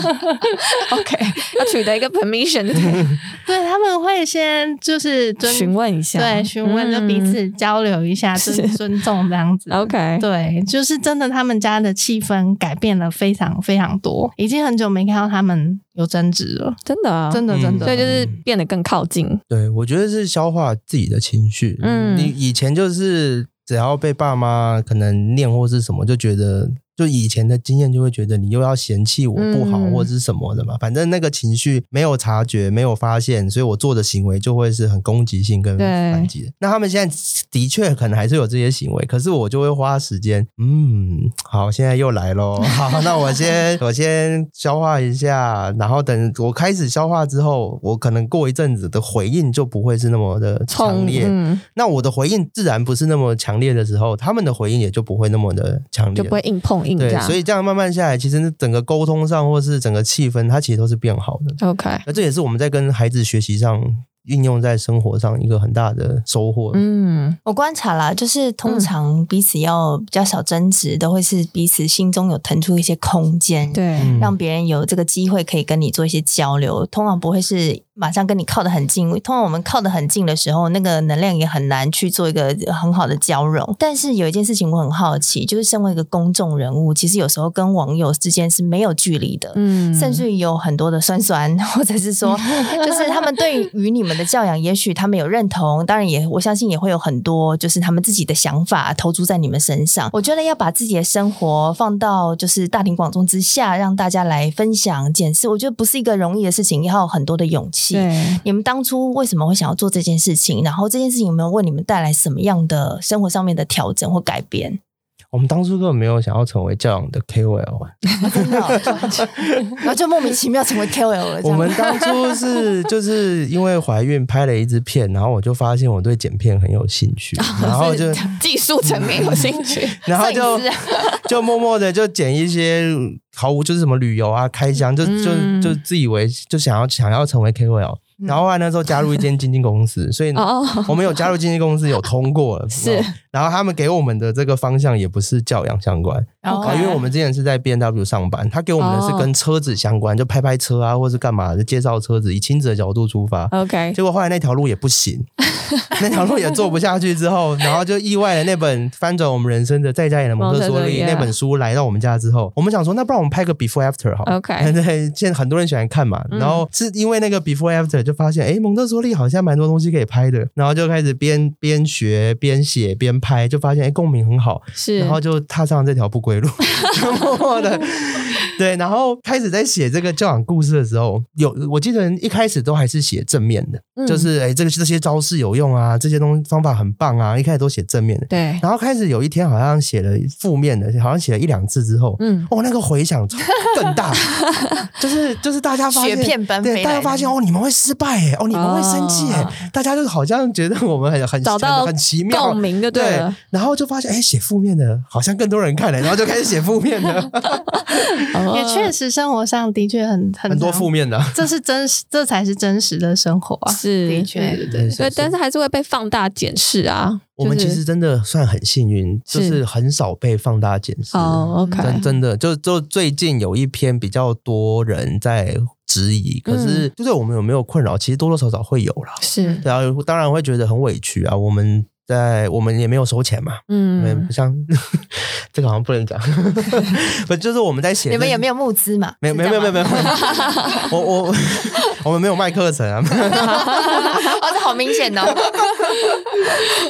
Speaker 2: OK，要取得一个
Speaker 3: *laughs*
Speaker 2: permission 就对
Speaker 4: 对他们会先就是尊
Speaker 2: 询问一下，嗯
Speaker 4: 对询问，就彼此交流一下，尊、
Speaker 2: *laughs* 是
Speaker 4: 尊重这样子。
Speaker 2: 嗯 OK，
Speaker 4: 对，就是真的，他们家的气氛改变了非常非常多，已经很久没看到他们有争执了，
Speaker 2: 真的啊，
Speaker 4: 真的
Speaker 3: 嗯
Speaker 4: 真
Speaker 2: 所
Speaker 4: 的
Speaker 2: 以。就是变得更靠近，
Speaker 3: 对，我觉得是消化自己的情绪。
Speaker 2: 嗯
Speaker 3: 嗯，你以前就是只要被爸妈可能念或是什么，就觉得就以前的经验就会觉得你又要嫌弃我不好
Speaker 2: 嗯
Speaker 3: 或者是什么的嘛。反正那个情绪没有察觉、没有发现，所以我做的行为就会是很攻击性跟
Speaker 2: 对
Speaker 3: 反击的。那他们现在的确可能还是有这些行为，可是我就会花时间，嗯，好，现在又来
Speaker 2: *laughs*
Speaker 3: 喽。好，那我先 *laughs* 我先消化一下，然后等我开始消化之后，我可能过一阵子的回应就不会是那么的强
Speaker 2: 冲，
Speaker 3: 烈。
Speaker 2: 嗯，
Speaker 3: 那我的回应自然不是那么强烈的时候，他们的回应也就不会那么的强烈，
Speaker 2: 就不会硬碰硬这
Speaker 3: 对，
Speaker 2: 样，
Speaker 3: 所以这样慢慢下来，其实整个沟通上或是整个气氛，它其实都是变好的。
Speaker 2: OK，
Speaker 3: 那这也是我们在跟孩子学习上运用在生活上一个很大的收获。
Speaker 2: 嗯，
Speaker 1: 我观察啦，就是通常彼此要比较少争执，都会是彼此心中有腾出一些空间，
Speaker 2: 对，
Speaker 3: 嗯
Speaker 1: 让别人有这个机会可以跟你做一些交流。通常不会是马上跟你靠得很近，通常我们靠得很近的时候，那个能量也很难去做一个很好的交融。但是有一件事情我很好奇，就是身为一个公众人物，其实有时候跟网友之间是没有距离的。
Speaker 2: 嗯，
Speaker 1: 甚至于有很多的酸酸， *laughs* 或者是
Speaker 2: *laughs*
Speaker 1: 说，就是他们对于你们的教养，也许他们有认同，当然也我相信也会有很多就是他们自己的想法投注在你们身上。我觉得要把自己的生活放到就是大庭广众之下，让大家来分享检视，我觉得不是一个容易的事情，要有很多的勇气。
Speaker 2: 对，
Speaker 1: 你们当初为什么会想要做这件事情？然后这件事情有没有为你们带来什么样的生活上面的调整或改变？
Speaker 3: 我们当初根本没有想要成为教养的 KOL，
Speaker 1: 啊真
Speaker 2: *laughs*
Speaker 1: 的哦、然后就莫名其妙成为 KOL 了。这
Speaker 3: 我
Speaker 1: 样
Speaker 3: 们当初是就是因为怀孕拍了一支片，然后我就发现我对剪片很有兴趣，然后就。
Speaker 2: *laughs* 技术层面有兴趣，
Speaker 3: *laughs* 然后就
Speaker 1: 摄影师
Speaker 3: 就默默的就剪一些毫无就是什么旅游啊、开箱，就就
Speaker 2: 嗯
Speaker 3: 就自以为就想要想要成为 KOL，然后后来那时候加入一间经纪公司，所以
Speaker 2: *laughs* 哦，
Speaker 3: 我们有加入经纪公司有通过了，
Speaker 2: 是
Speaker 3: 然后他们给我们的这个方向也不是教养相关，
Speaker 2: 哦
Speaker 1: OK
Speaker 3: 啊，因为我们之前是在 B N W 上班，他给我们的是跟车子相关，就拍拍车啊，或是干嘛的，介绍车子，以亲子的角度出发。
Speaker 2: OK，
Speaker 3: 结果后来那条路也不行， *laughs* 那条路也做不下去，之后，然后就意外的那本翻转我们人生的《在家也能蒙特梭利
Speaker 2: 蒙特梭利》啊
Speaker 3: 那本书来到我们家之后，我们想说，那不然我们拍个 before after 好了
Speaker 2: OK
Speaker 3: 对，现在很多人喜欢看嘛，然后是因为那个 before after 就发现，哎，蒙特梭利好像蛮多东西可以拍的，然后就开始边边学边写边拍，就发现哎共鸣很好，
Speaker 2: 是，
Speaker 3: 然后就踏上这条不归路， *laughs* 就默默的，对，然后开始在写这个教养故事的时候，有我记得一开始都还是写正面的，
Speaker 2: 嗯
Speaker 3: 就是哎，这个这些招式有用啊，这些东方法很棒啊，一开始都写正面的，
Speaker 2: 对，
Speaker 3: 然后开始有一天好像写了负面的，好像写了一两次之后，
Speaker 2: 嗯，
Speaker 3: 哦，那个回响更大，就是就是大家发现
Speaker 1: 雪片般飞
Speaker 3: 对，
Speaker 1: 来
Speaker 3: 大家发现哦，你们会失败耶，哦，你们会生气耶，
Speaker 2: 哦
Speaker 3: 大家就好像觉得我们很很
Speaker 2: 找到
Speaker 3: 很很奇妙
Speaker 2: 共鸣就
Speaker 3: 对
Speaker 2: 对了
Speaker 3: 然后就发现哎，写负面的好像更多人看了，然后就开始写负面的，
Speaker 2: 哦
Speaker 4: 也确实，生活上的确很很
Speaker 3: 很多
Speaker 4: 常
Speaker 3: 负，面的，
Speaker 4: 这是真实， *laughs* 这才是真实的生活啊！
Speaker 2: 是
Speaker 4: 的确，对对
Speaker 3: 对
Speaker 2: 对，但是还是会被放大检视啊，
Speaker 3: 我们
Speaker 2: 就
Speaker 3: 其
Speaker 2: 是
Speaker 3: 实真的算很幸运，就是是很少被放大检视。
Speaker 2: 哦，OK，
Speaker 3: 真真的，就就最近有一篇比较多人在质疑，可是就是我们有没有困扰，其实多多少少会有啦。
Speaker 2: 是
Speaker 3: 对啊，当然会觉得很委屈啊。我们在我们也没有收钱嘛，我们
Speaker 1: 嗯
Speaker 3: 不，像 *laughs* 这个好像不能讲，不 *laughs* 就是我们在写
Speaker 1: 你们也没有
Speaker 3: 有。
Speaker 1: 募资嘛？
Speaker 3: 没有没有没有没有没
Speaker 2: *laughs*
Speaker 3: 有，我我 *laughs* 我们没有卖课
Speaker 2: *laughs*
Speaker 3: 程
Speaker 1: *laughs*
Speaker 3: 啊，
Speaker 1: 哦，这好明显哦。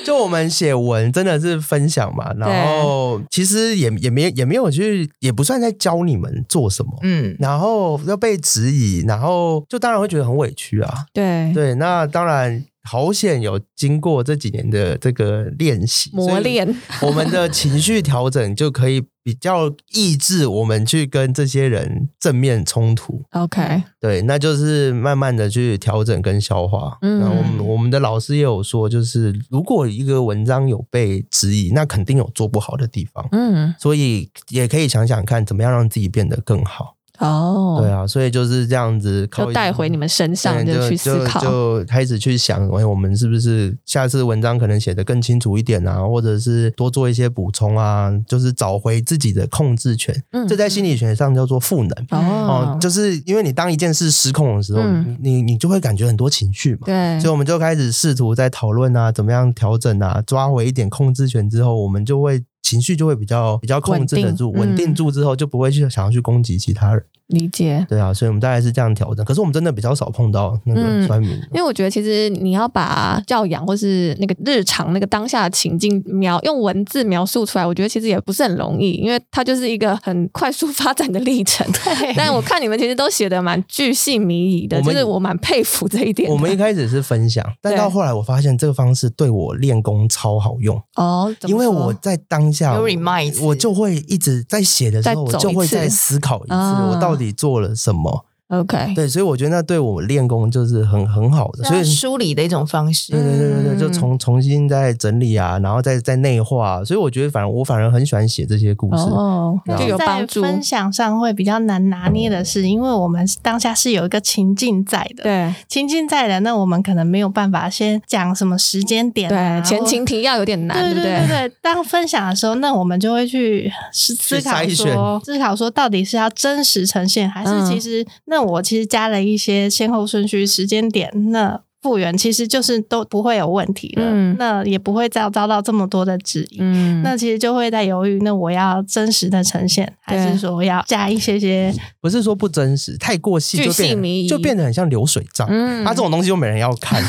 Speaker 3: 就我们写文真的是分享嘛，然后其实也也没也没有去，也不算在教你们做什么，
Speaker 1: 嗯，
Speaker 3: 然后要被质疑，然后就当然会觉得很委屈啊。
Speaker 2: 对
Speaker 3: 对，那当然好险有经过这几年的这个练习
Speaker 2: 磨，练，
Speaker 3: 所以我们的情绪调整就可以比较抑制我们去跟这些人正面冲突。
Speaker 2: OK，
Speaker 3: 对，那就是慢慢的去调整跟消化。
Speaker 2: 嗯
Speaker 3: 嗯，然后我们我们的老师也有说，就是如果一个文章有被质疑，那肯定有做不好的地方，
Speaker 2: 嗯，
Speaker 3: 所以也可以想想看怎么样让自己变得更好。
Speaker 2: 哦，
Speaker 3: 对，啊，所以就是这样子，
Speaker 2: 就带回你
Speaker 3: 们。
Speaker 2: 们身上，
Speaker 3: 对
Speaker 2: 去思考，
Speaker 3: 就就开始去想，哎，我们是不是下次文章可能写得更清楚一点啊，或者是多做一些补充啊，就是找回自己的控制权。
Speaker 2: 嗯
Speaker 3: 这在心理学上叫做赋能。哦
Speaker 2: 哦，，
Speaker 3: 就是因为你当一件事失控的时候，
Speaker 2: 嗯
Speaker 3: 你你就会感觉很多情绪嘛。
Speaker 2: 对
Speaker 3: 所以，我们就开始试图在讨论啊，怎么样调整啊，抓回一点控制权之后，我们就会情绪就会比较比较控制得住，
Speaker 2: 稳定嗯
Speaker 3: 稳定住之后，就不会去想要去攻击其他人。
Speaker 2: 理解。
Speaker 3: 对啊，所以我们大概是这样调整。可是我们真的比较少碰到那
Speaker 2: 嗯
Speaker 3: 个酸
Speaker 2: *laughs*
Speaker 3: 民，
Speaker 2: 因为我觉得，其实你要把教养或是那个日常那个当下的情境描用文字描述出来，我觉得其实也不是很容易，因为它就是一个很快速发展的历
Speaker 3: *laughs*
Speaker 2: 程。但我看你们其实都写的蛮巨细靡遗的，
Speaker 3: 我
Speaker 2: 就
Speaker 3: 们
Speaker 2: 是我蛮佩服这一点的。
Speaker 3: 我们一开始是分享，但
Speaker 2: 对
Speaker 3: 到后来我发现这个方式对我练功超好用，
Speaker 2: *laughs* 哦，怎么
Speaker 3: 因为
Speaker 2: 说
Speaker 3: 我在当下
Speaker 1: 有
Speaker 3: 我
Speaker 1: remind
Speaker 3: 我就会一直在写的时候，我
Speaker 2: 再走
Speaker 3: 就
Speaker 2: 一
Speaker 3: 会
Speaker 2: 次
Speaker 3: 再思考一次，
Speaker 2: 啊
Speaker 3: 我到底做了什么。
Speaker 2: OK，
Speaker 3: 对，所以我觉得那对我练功就是很很好的，所以
Speaker 1: 是啊梳理的一种方式
Speaker 3: 对。对对对对，就
Speaker 2: 啊嗯
Speaker 3: 重重新再整理啊，然后再再内化、所以我觉得反正我反而很喜欢写这些故事，
Speaker 2: 哦，
Speaker 3: 然
Speaker 2: 就
Speaker 3: 后
Speaker 2: 有帮助
Speaker 4: 在。分享上会比较难拿捏的是，因为我们当下是有一个情境在的，
Speaker 2: 对
Speaker 4: 情境在的，那我们可能没有办法先讲什么时间点、啊，
Speaker 2: 对，前
Speaker 4: 或
Speaker 2: 情提要有点难，
Speaker 4: 对
Speaker 2: 不
Speaker 4: 对对对，当分享的时候，那我们就会去思思考
Speaker 3: 筛选
Speaker 4: 说，思考说到底是要真实呈现，还
Speaker 2: 嗯
Speaker 4: 是其实、那我其实加了一些先后顺序、时间点，那复原其实就是都不会有问题了，
Speaker 2: 嗯
Speaker 4: 那也不会再遭到这么多的质疑。
Speaker 2: 嗯，
Speaker 4: 那其实就会在犹豫，那我要真实的呈现，还
Speaker 2: 对
Speaker 4: 是说要加一些些？
Speaker 3: 不是说不真实，太过细
Speaker 2: 巨
Speaker 3: 就变
Speaker 2: 细靡遗
Speaker 3: 得就变得很像流水账。
Speaker 2: 嗯
Speaker 3: 啊，这种东西又没人要看，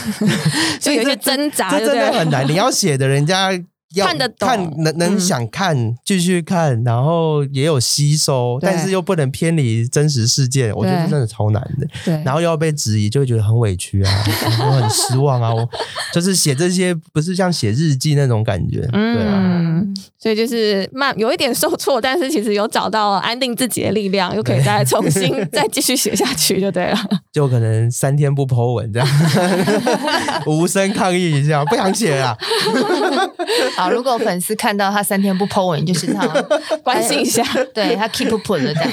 Speaker 2: 就有一些
Speaker 3: 这
Speaker 2: 挣扎，
Speaker 3: 这
Speaker 2: 对不
Speaker 3: 真的
Speaker 2: 对
Speaker 3: 很难。你要写的
Speaker 2: *laughs*
Speaker 3: 人家要
Speaker 2: 看得懂
Speaker 3: 看能能
Speaker 2: 嗯
Speaker 3: 想看，继续看，然后也有吸收，
Speaker 2: 对
Speaker 3: 但是又不能偏离真实事件，我觉得
Speaker 2: 对
Speaker 3: 这真的超难的。
Speaker 2: 对
Speaker 3: 然后又要被质疑，就会觉得很委屈啊，
Speaker 2: *laughs*
Speaker 3: 我很失望啊。我就是写这些，不是像写日记那种感觉，对啊。
Speaker 2: 嗯，所以就是慢，有一点受挫，但是其实有找到安定自己的力量，又可以再重新再继续写下去，就
Speaker 3: *laughs*
Speaker 2: 对了。
Speaker 3: 就可能三天不 Po 文这样，
Speaker 2: *laughs*
Speaker 3: 无声抗议一下，不想写了。
Speaker 1: 好，如果粉丝看到他三天不 po 文，你就知道
Speaker 3: *laughs*
Speaker 1: 了
Speaker 2: 关心一下。
Speaker 3: 哎
Speaker 1: 对他 keep up 了这样。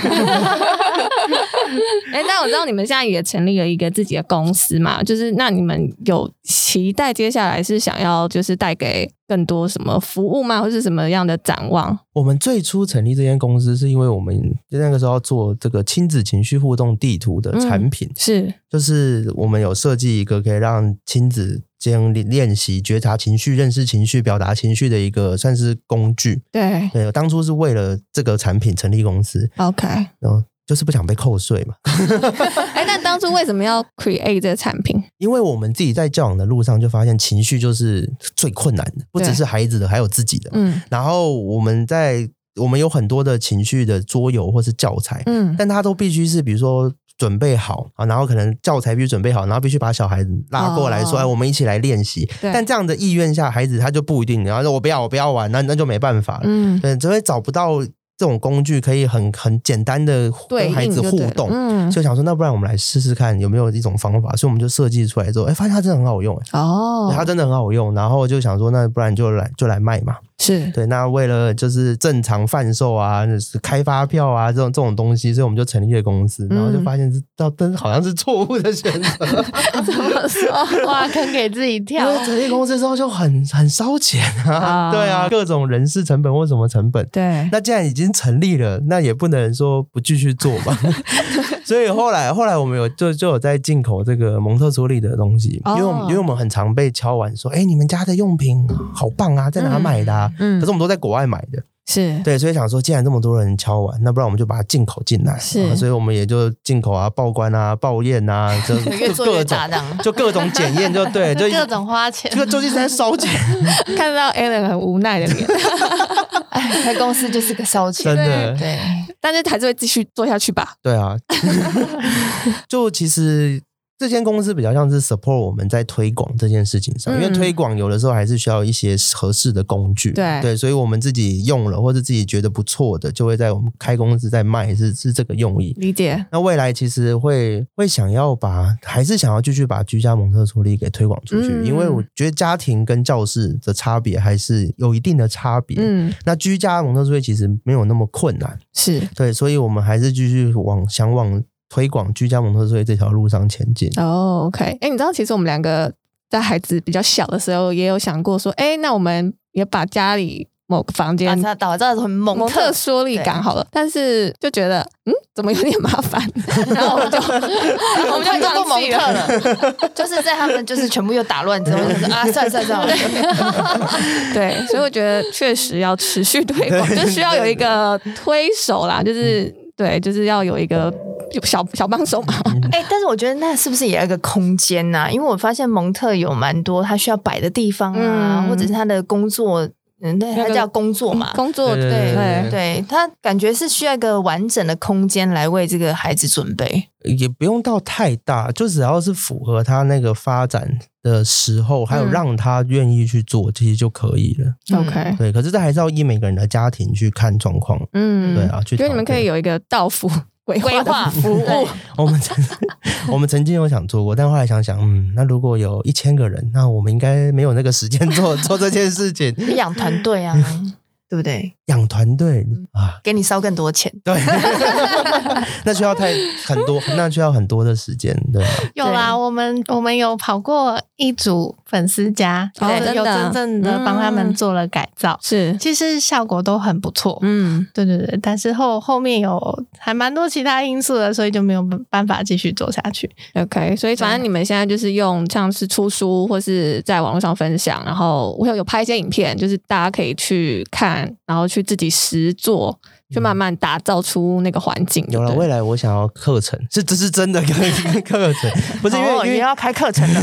Speaker 2: 哎、那我知道你们现在也成立了一个自己的公司嘛，就是那你们有期待接下来是想要就是带给更多什么服务吗，或是什么样的展望？
Speaker 3: 我们最初成立这间公司，是因为我们就那个时候要做这个亲子情绪互动地图
Speaker 2: 嗯
Speaker 3: 的产品，
Speaker 2: 是
Speaker 3: 就是我们有设计一个可以让亲子间练习觉察情绪、认识情绪、表达情绪的一个算是工具。
Speaker 2: 对
Speaker 3: 对，当初是为了这个产品成立公司，
Speaker 2: *laughs* ，OK。哎、
Speaker 3: 然后就是不想被扣税嘛。
Speaker 2: 那当初为什么要 create 这个产品？
Speaker 3: 因为我们自己在教养的路上就发现，情绪就是最困难的，不只
Speaker 2: 对
Speaker 3: 是孩子的，还有自己的。
Speaker 2: 嗯
Speaker 3: 然后我们在我们有很多的情绪的桌游或是教材，
Speaker 2: 嗯，
Speaker 3: 但它都必须是比如说准备好啊，然后可能教材必须准备好，然后必须把小孩子拉过来说，
Speaker 2: 哦
Speaker 3: 哎，我们一起来练习。
Speaker 2: 对
Speaker 3: 但这样的意愿下，孩子他就不一定，然后说我不要，我不要玩，那那就没办法了。
Speaker 2: 嗯
Speaker 3: 对，就会找不到这种工具可以很很简单的
Speaker 2: 对
Speaker 3: 跟孩
Speaker 2: 应
Speaker 3: 子
Speaker 2: 就
Speaker 3: 互
Speaker 2: 对了
Speaker 3: 动。
Speaker 2: 嗯
Speaker 3: 所以想说，那不然我们来试试看有没有一种方法，所以我们就设计出来之后，哎，发现它真的很好用，哎、
Speaker 2: 哦
Speaker 3: 它真的很好用。然后就想说，那不然就来就来卖嘛。
Speaker 2: 是
Speaker 3: 对，那为了就是正常贩售啊，就是开发票啊这种这种东西，所以我们就成立了公司，然
Speaker 5: 嗯
Speaker 3: 后就发现是到真好像是错误的选
Speaker 5: *laughs*
Speaker 3: 择，
Speaker 2: *laughs* 怎么说？ *laughs*
Speaker 4: 挖坑给自己
Speaker 3: 因
Speaker 4: 跳，
Speaker 3: 为成立公司之后就很很烧钱啊，
Speaker 2: 啊
Speaker 3: 对啊，各种人事成本或什么成本。
Speaker 2: 对，
Speaker 3: 那既然已经成立了，那也不能说不继续做吧。 *laughs* 所以后来后来我们有就就有在进口这个蒙特梭利的东西，因为我们、
Speaker 5: 哦
Speaker 3: 因为我们很常被敲完说，哎、你们家的用品好棒啊，在哪买的、啊？
Speaker 5: 嗯
Speaker 3: 可是我们都在国外买的，
Speaker 5: 是
Speaker 3: 对，所以想说，既然这么多人敲完，那不然我们就把它进口进来。
Speaker 5: 是
Speaker 3: 啊所以我们也就进口啊、报关啊、报验啊，就
Speaker 1: 越
Speaker 3: 就
Speaker 1: 做越
Speaker 3: 各种
Speaker 1: 大档。
Speaker 3: 就各种检验，就对，就
Speaker 4: *laughs* 各种花钱
Speaker 3: *laughs* 这。个就是在烧钱，
Speaker 2: 看到 Alan 很无奈的 *laughs* 脸，
Speaker 1: 哎，开公司就是个烧钱
Speaker 3: 真。的。
Speaker 1: 对，
Speaker 2: 但是还是会继续做下去吧。
Speaker 3: 对啊， *laughs* 就其实这间公司比较像是 support 我们在推广这件事情上，
Speaker 2: 嗯
Speaker 3: 因为推广有的时候还是需要一些合适的工具，
Speaker 2: 对
Speaker 3: 对，所以我们自己用了或者自己觉得不错的，就会在我们开公司在卖，是是这个用意。
Speaker 2: 理解，
Speaker 3: 那未来其实会会想要把，还是想要继续把居家蒙特梭利给推广出去，
Speaker 2: 嗯
Speaker 3: 因为我觉得家庭跟教室的差别还是有一定的差别。
Speaker 2: 嗯，
Speaker 3: 那居家蒙特梭利其实没有那么困难，
Speaker 2: 是
Speaker 3: 对，所以我们还是继续往想往推广居家蒙特梭利这条路上前进。
Speaker 2: 哦，OK、o k 哎，你知道其实我们两个在孩子比较小的时候，也有想过说，哎，那我们也把家里某个房
Speaker 1: 把
Speaker 2: 间
Speaker 1: 它打造成蒙
Speaker 2: 蒙特
Speaker 1: 特
Speaker 2: 梭利感
Speaker 1: 对
Speaker 2: 好了，但是就觉得嗯，怎么有点麻烦， *laughs* 然后我们就我们就
Speaker 1: 就不
Speaker 2: 放
Speaker 1: 蒙
Speaker 2: 弃
Speaker 1: 特
Speaker 2: 了。
Speaker 1: 了，
Speaker 3: *laughs*
Speaker 1: *laughs* 就是在他们就是全部又打乱之后，就是啊，算了算了算
Speaker 3: *laughs*
Speaker 1: 了，
Speaker 2: 对，所以我觉得确实要持续推广，就需要有一个推手啦，
Speaker 3: 嗯
Speaker 2: 就是对，就是要有一个小小帮手嘛。
Speaker 1: 哎、但是我觉得那是不是也要一个空间呐、因为我发现蒙特有蛮多他需要摆的地方啊，
Speaker 2: 嗯
Speaker 1: 或者是他的工作，嗯，对，
Speaker 2: 那
Speaker 1: 他
Speaker 2: 个
Speaker 1: 叫工作嘛。
Speaker 2: *laughs* 工作
Speaker 3: 嗯对对
Speaker 2: 对
Speaker 1: 对他感觉是需要一个完整的空间来为这个孩子准备，
Speaker 3: 也不用到太大，就只要是符合他那个发展的时候，还有
Speaker 2: 嗯
Speaker 3: 让他愿意去做，其实就可以了。
Speaker 1: 嗯
Speaker 2: OK，
Speaker 3: 对，可是这还是要依每个人的家庭去看状况。
Speaker 2: 嗯，
Speaker 3: 对啊，去
Speaker 2: 觉得
Speaker 3: 讨
Speaker 2: 你们可以
Speaker 3: 论。
Speaker 2: 有一个道
Speaker 3: *laughs*
Speaker 2: 府规
Speaker 1: 规
Speaker 2: 的
Speaker 1: 划
Speaker 2: 服务，
Speaker 1: 对
Speaker 3: 我们曾我们曾经有想做过，但后来想想，嗯，那如果有一千个人，那我们应该没有那个时间做做这件事情。 *laughs*
Speaker 1: 养团队啊，对不对？
Speaker 3: 养团队啊，
Speaker 1: 给你烧更多钱，
Speaker 3: 对， *laughs* 那需要太很多，那需要很多的时间，对吧？啊
Speaker 4: 有啦，
Speaker 1: 对
Speaker 4: 我们我们有跑过一组粉丝家，
Speaker 2: 哦
Speaker 4: 对
Speaker 2: 真的
Speaker 4: 有真正的帮他们
Speaker 2: 嗯
Speaker 4: 做了改造，
Speaker 3: *laughs*
Speaker 2: 是，
Speaker 4: 其实效果都很不错。
Speaker 2: 嗯，
Speaker 4: 对对对，但是后后面有还蛮多其他因素的，所以就没有办法继续做下去。
Speaker 2: OK，所以反正你们现在就是用像是出书或是在网络上分享，然后我有有拍一些影片，就是大家可以去看，然后去自己实做，去慢慢打造出那个环境。
Speaker 3: 嗯有了，
Speaker 2: 对不对
Speaker 3: 未来我想要课程，是这是真的课课程，不是因为、
Speaker 1: 哦也
Speaker 3: 因为。
Speaker 1: 要开课程
Speaker 3: *laughs*
Speaker 1: 了，，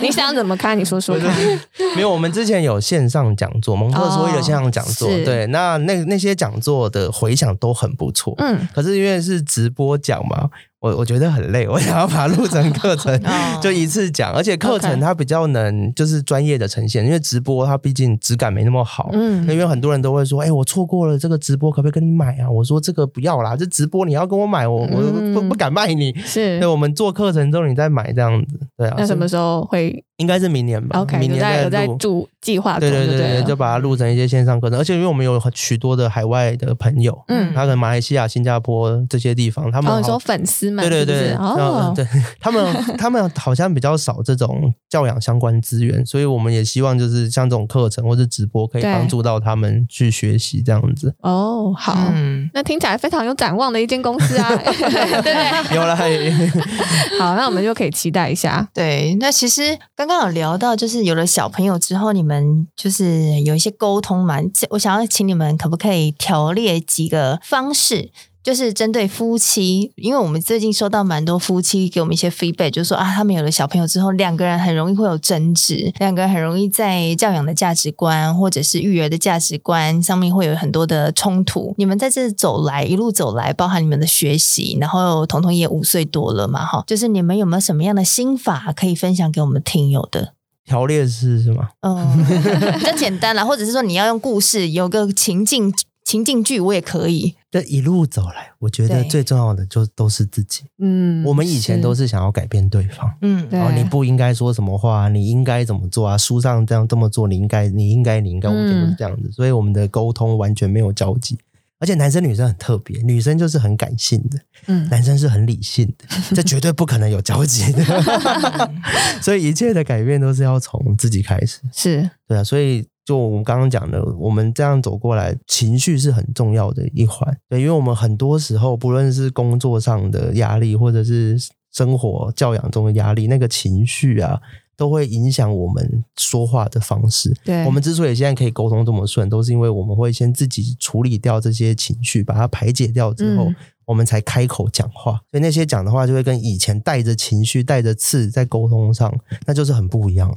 Speaker 2: 你想怎么看？你说说
Speaker 3: 不是
Speaker 2: 看。
Speaker 3: 没有，我们之前有线上讲座，蒙特梭利的线上讲座，
Speaker 2: 哦是
Speaker 3: 对，那那那些讲座的回响都很不错。
Speaker 2: 嗯，
Speaker 3: 可是因为是直播讲嘛，我我觉得很累，我 *laughs* 想要把它录成
Speaker 2: *laughs*
Speaker 3: 课程
Speaker 1: 哦
Speaker 3: 就一次讲，而且课
Speaker 2: OK
Speaker 3: 程它比较能就是专业的呈现，因为直播它毕竟质感没那么好，
Speaker 2: 嗯
Speaker 3: 因为很多人都会说，哎、我错过了这个直播，可不可以跟你买啊？我说这个不要啦，这直播你要跟我买，我
Speaker 2: 嗯
Speaker 3: 我不不敢卖你。
Speaker 2: 是
Speaker 3: 对，。我们做课程之后你再买这样子，对啊，
Speaker 2: 那什么
Speaker 3: 是
Speaker 2: 时候会
Speaker 3: 应该是明年吧
Speaker 2: OK？
Speaker 3: 明
Speaker 2: 有
Speaker 3: 年
Speaker 2: 在有在
Speaker 3: 再录。
Speaker 2: 注计划中
Speaker 3: 对对
Speaker 2: 就
Speaker 3: 对
Speaker 2: 对
Speaker 3: 对，
Speaker 2: 了
Speaker 3: 就把它录成一些线上课程，而且因为我们有很许多的海外的朋友，
Speaker 2: 嗯
Speaker 3: 他可能马来西亚、新加坡这些地方，他们
Speaker 2: 哦，
Speaker 3: 好
Speaker 2: 你说粉丝们
Speaker 3: 对对对，
Speaker 2: 是不是
Speaker 3: 然后
Speaker 2: 哦
Speaker 3: 嗯，对 *laughs* 他们他们好像比较少这种教养相关资源，所以我们也希望就是像这种课程或者直播可以
Speaker 2: 对
Speaker 3: 帮助到他们去学习这样
Speaker 2: *laughs*
Speaker 3: 子。
Speaker 2: 哦，好，
Speaker 1: 嗯，
Speaker 2: 那听起来非常有展望的一间公司
Speaker 3: *laughs*
Speaker 2: 啊，对不对？
Speaker 3: 有了，
Speaker 2: 好，那我们就可以期待一下。
Speaker 1: 对，那其实刚刚有聊到，就是有了小朋友之后，你们就是有一些沟通嘛。我想要请你们可不可以条列几个方式，就是针对夫妻，因为我们最近收到蛮多夫妻给我们一些 feedback，就是说啊，他们有了小朋友之后，两个人很容易会有争执，两个人很容易在教养的价值观或者是育儿的价值观上面会有很多的冲突。你们在这走来一路走来，包含你们的学习，然后彤彤也五岁多了嘛，哈，就是你们有没有什么样的心法可以分享给我们听友的？
Speaker 3: *laughs* 条列式是吗？
Speaker 1: 嗯， *laughs* 比较简单啦，或者是说你要用故事，有个情境情境剧，我也可以。
Speaker 3: 这一路走来，我觉得
Speaker 1: 对
Speaker 3: 最重要的就都是自己。
Speaker 2: 嗯，
Speaker 3: 我们以前都
Speaker 2: 是
Speaker 3: 是想要改变对方，
Speaker 1: 嗯，
Speaker 2: 对
Speaker 3: 然后你不应该说什么话，你应该怎么做啊？书上这样这么做，你应该，你应该，你应该，我们以前都是这样子，所以我们的沟通完全没有交集。而且男生女生很特别，女生就是很感性的，
Speaker 2: 嗯
Speaker 3: 男生是很理性的，这绝对不可能有交集 *laughs* 的。所以一切的改变都是要从自己开始。
Speaker 2: 是
Speaker 3: 对啊，所以就我们刚刚讲的，我们这样走过来，情绪是很重要的一环。对，因为我们很多时候，不论是工作上的压力，或者是生活教养中的压力，那个情绪啊，都会影响我们说话的方式。
Speaker 2: 对
Speaker 3: 我们之所以现在可以沟通这么顺，都是因为我们会先自己处理掉这些情绪，把它排解掉之后，
Speaker 1: 嗯
Speaker 3: 我们才开口讲话。所以那些讲的话，就会跟以前带着情绪、带着刺在沟通上，那就是很不一样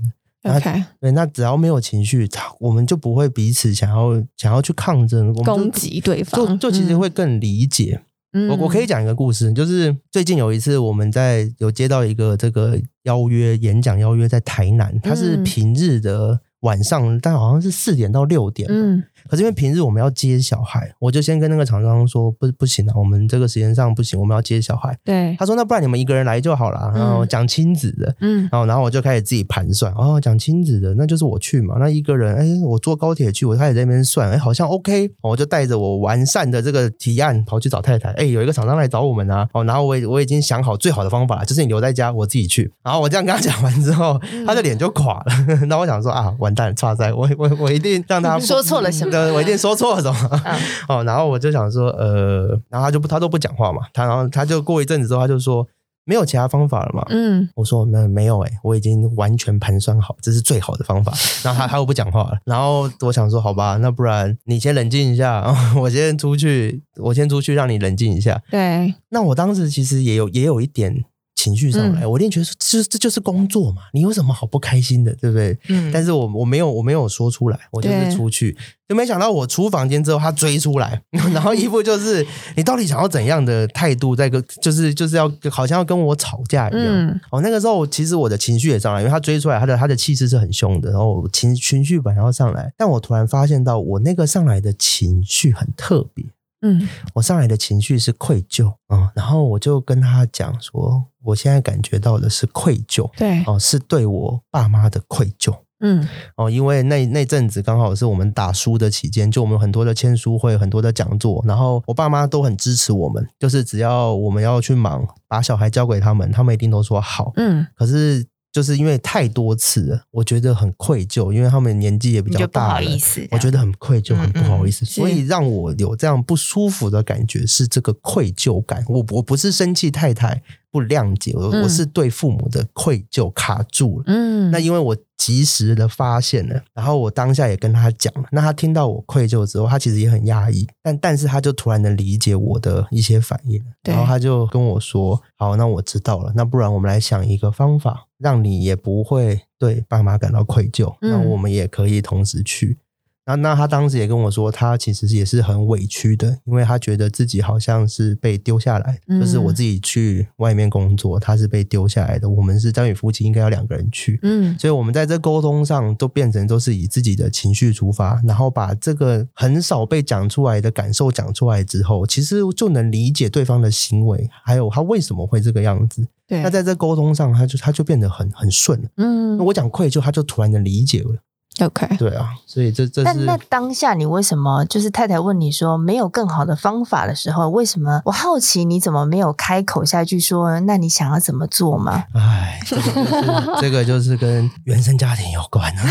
Speaker 3: 的。
Speaker 2: OK，
Speaker 3: 对，那只要没有情绪，它我们就不会彼此想要想要去抗争，我们就
Speaker 2: 攻击对方
Speaker 3: 就就其实
Speaker 2: 嗯
Speaker 3: 会更理解。
Speaker 2: 嗯
Speaker 3: 我我可以讲一个故事，就是最近有一次我们在有接到一个这个邀约演讲邀约在台南，它是
Speaker 2: 嗯
Speaker 3: 平日的晚上，但好像是四点到六点，
Speaker 2: 嗯
Speaker 3: 可是因为平日我们要接小孩，我就先跟那个厂商说不不行啊，我们这个时间上不行，我们要接小孩。
Speaker 2: 对
Speaker 3: 他说那不然你们一个人来就好了，然后
Speaker 2: 嗯
Speaker 3: 讲亲子的。
Speaker 2: 嗯
Speaker 3: 然后，然后我就开始自己盘算，哦，讲亲子的，那就是我去嘛，那一个人，哎，我坐高铁去，我开始在那边算，哎，好像 OK，哦我就带着我完善的这个提案跑去找太太，哎，有一个厂商来找我们啊，哦，然后我也我已经想好最好的方法，就是你留在家，我自己去。然后我这样跟他讲完之后，
Speaker 1: 嗯
Speaker 3: 他的脸就垮了。 *laughs* 然后我想说啊，完蛋，差在我我我一定让
Speaker 1: *laughs*
Speaker 3: 他
Speaker 1: 说错了什么
Speaker 3: 对我一定说错了什么。
Speaker 1: 嗯
Speaker 3: 哦，然后我就想说，呃，然后他就不他都不讲话嘛，他然后他就过一阵子之后，他就说没有其他方法了嘛，
Speaker 2: 嗯
Speaker 3: 我说没没有哎、我已经完全盘算好，这是最好的方法。然后他他又不讲话了，然后我想说好吧，那不然你先冷静一下， *laughs* 我先出去，我先出去让你冷静一下。
Speaker 2: 对
Speaker 3: 那我当时其实也有也有一点情绪上来，我一定觉得说这这就是工作嘛，你有什么好不开心的，对不对？
Speaker 1: 嗯
Speaker 3: 但是我我没有我没有说出来，我就是
Speaker 2: 对
Speaker 3: 出去，就没想到我出房间之后，他追出来， *laughs* 然后一副就是你到底想要怎样的态度，在跟就是就是要好像要跟我吵架一样。
Speaker 2: 嗯
Speaker 3: 哦，那个时候其实我的情绪也上来，因为他追出来，他的他的气势是很凶的，然后我情情绪本来要上来，但我突然发现到我那个上来的情绪很特别，
Speaker 2: 嗯
Speaker 3: 我上来的情绪是愧疚啊、嗯然后我就跟他讲说，我现在感觉到的是愧疚
Speaker 2: 对
Speaker 3: 哦，是对我爸妈的愧疚。
Speaker 2: 嗯
Speaker 3: 哦，因为那那阵子刚好是我们打书的期间，就我们有很多的签书会，很多的讲座，然后我爸妈都很支持我们，就是只要我们要去忙，把小孩交给他们，他们一定都说好。
Speaker 2: 嗯
Speaker 3: 可是就是因为太多次了，我觉得很愧疚，因为他们年纪也比
Speaker 1: 你
Speaker 3: 较
Speaker 1: 就不
Speaker 3: 大
Speaker 1: 好
Speaker 3: 了。
Speaker 1: 意思，
Speaker 3: 我觉得很愧疚，
Speaker 1: 嗯
Speaker 3: 很不好意思，所以
Speaker 2: 是
Speaker 3: 让我有这样不舒服的感觉是这个愧疚感。我我不是生气太太不谅解，我、
Speaker 2: 嗯
Speaker 3: 我是对父母的愧疚卡住了。
Speaker 2: 嗯
Speaker 3: 那因为我及时的发现了，然后我当下也跟他讲了，那他听到我愧疚之后，他其实也很压抑，但但是他就突然能理解我的一些反应，
Speaker 2: 对
Speaker 3: 然后他就跟我说：“好，那我知道了，那不然我们来想一个方法，让你也不会对爸妈感到愧疚，
Speaker 2: 嗯
Speaker 3: 那我们也可以同时去。”那那他当时也跟我说，他其实也是很委屈的，因为他觉得自己好像是被丢下来，
Speaker 2: 嗯
Speaker 3: 就是我自己去外面工作，他是被丢下来的。我们是张宇夫妻，应该要两个人去，
Speaker 2: 嗯
Speaker 3: 所以我们在这沟通上都变成都是以自己的情绪出发，然后把这个很少被讲出来的感受讲出来之后，其实就能理解对方的行为，还有他为什么会这个样子。
Speaker 2: 对
Speaker 3: 那在这沟通上，他就他就变得很很顺了。
Speaker 2: 嗯
Speaker 3: 那我讲愧疚，他就突然能理解了。
Speaker 2: OK
Speaker 3: 对啊，所以这这
Speaker 1: 但
Speaker 3: 是
Speaker 1: 那当下你为什么就是太太问你说没有更好的方法的时候，为什么我好奇你怎么没有开口下去说？那你想要怎么做吗？
Speaker 3: 唉，这个就是这个就是跟原生家庭有关， *laughs*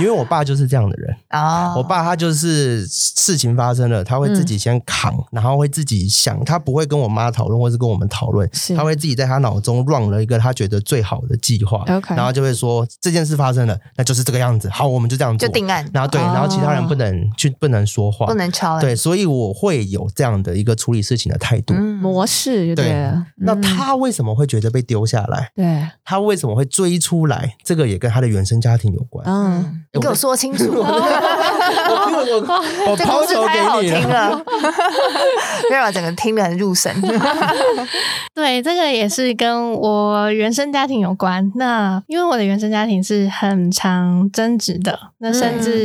Speaker 3: 因为我爸就是这样的人。
Speaker 1: 哦，
Speaker 3: 我爸他就是事情发生了，他会自己先扛，然后会自己想，他不会跟我妈讨论，或是跟我们讨论，
Speaker 2: 是
Speaker 3: 他会自己在他脑中 run 了一个他觉得最好的计划
Speaker 2: OK
Speaker 3: 然后就会说这件事发生了，那就是这个样子，好，我们就这样做
Speaker 1: 就。定案，
Speaker 3: 然后对，然后其他人不能去，不能说话，
Speaker 1: 不能超了，
Speaker 3: 对，所以我会有这样的一个处理事情的态度。
Speaker 1: 嗯，
Speaker 2: 模式就对了。
Speaker 3: 那
Speaker 2: 嗯
Speaker 3: 他为什么会觉得被丢下来？
Speaker 2: 对
Speaker 3: 他为什么会追出来？这个也跟他的原生家庭有关。
Speaker 2: 嗯
Speaker 1: 你给我说清楚，
Speaker 3: 我我
Speaker 1: *laughs*
Speaker 3: 我
Speaker 1: 这故
Speaker 3: 抛
Speaker 1: 事
Speaker 3: 球
Speaker 1: 太好
Speaker 3: 给你
Speaker 1: 听了， *laughs* 瑞尔整个听得很入神，
Speaker 4: 对，这个也是跟我原生家庭有关。那因为我的原生家庭是很常争执的，那
Speaker 2: 嗯
Speaker 4: 甚至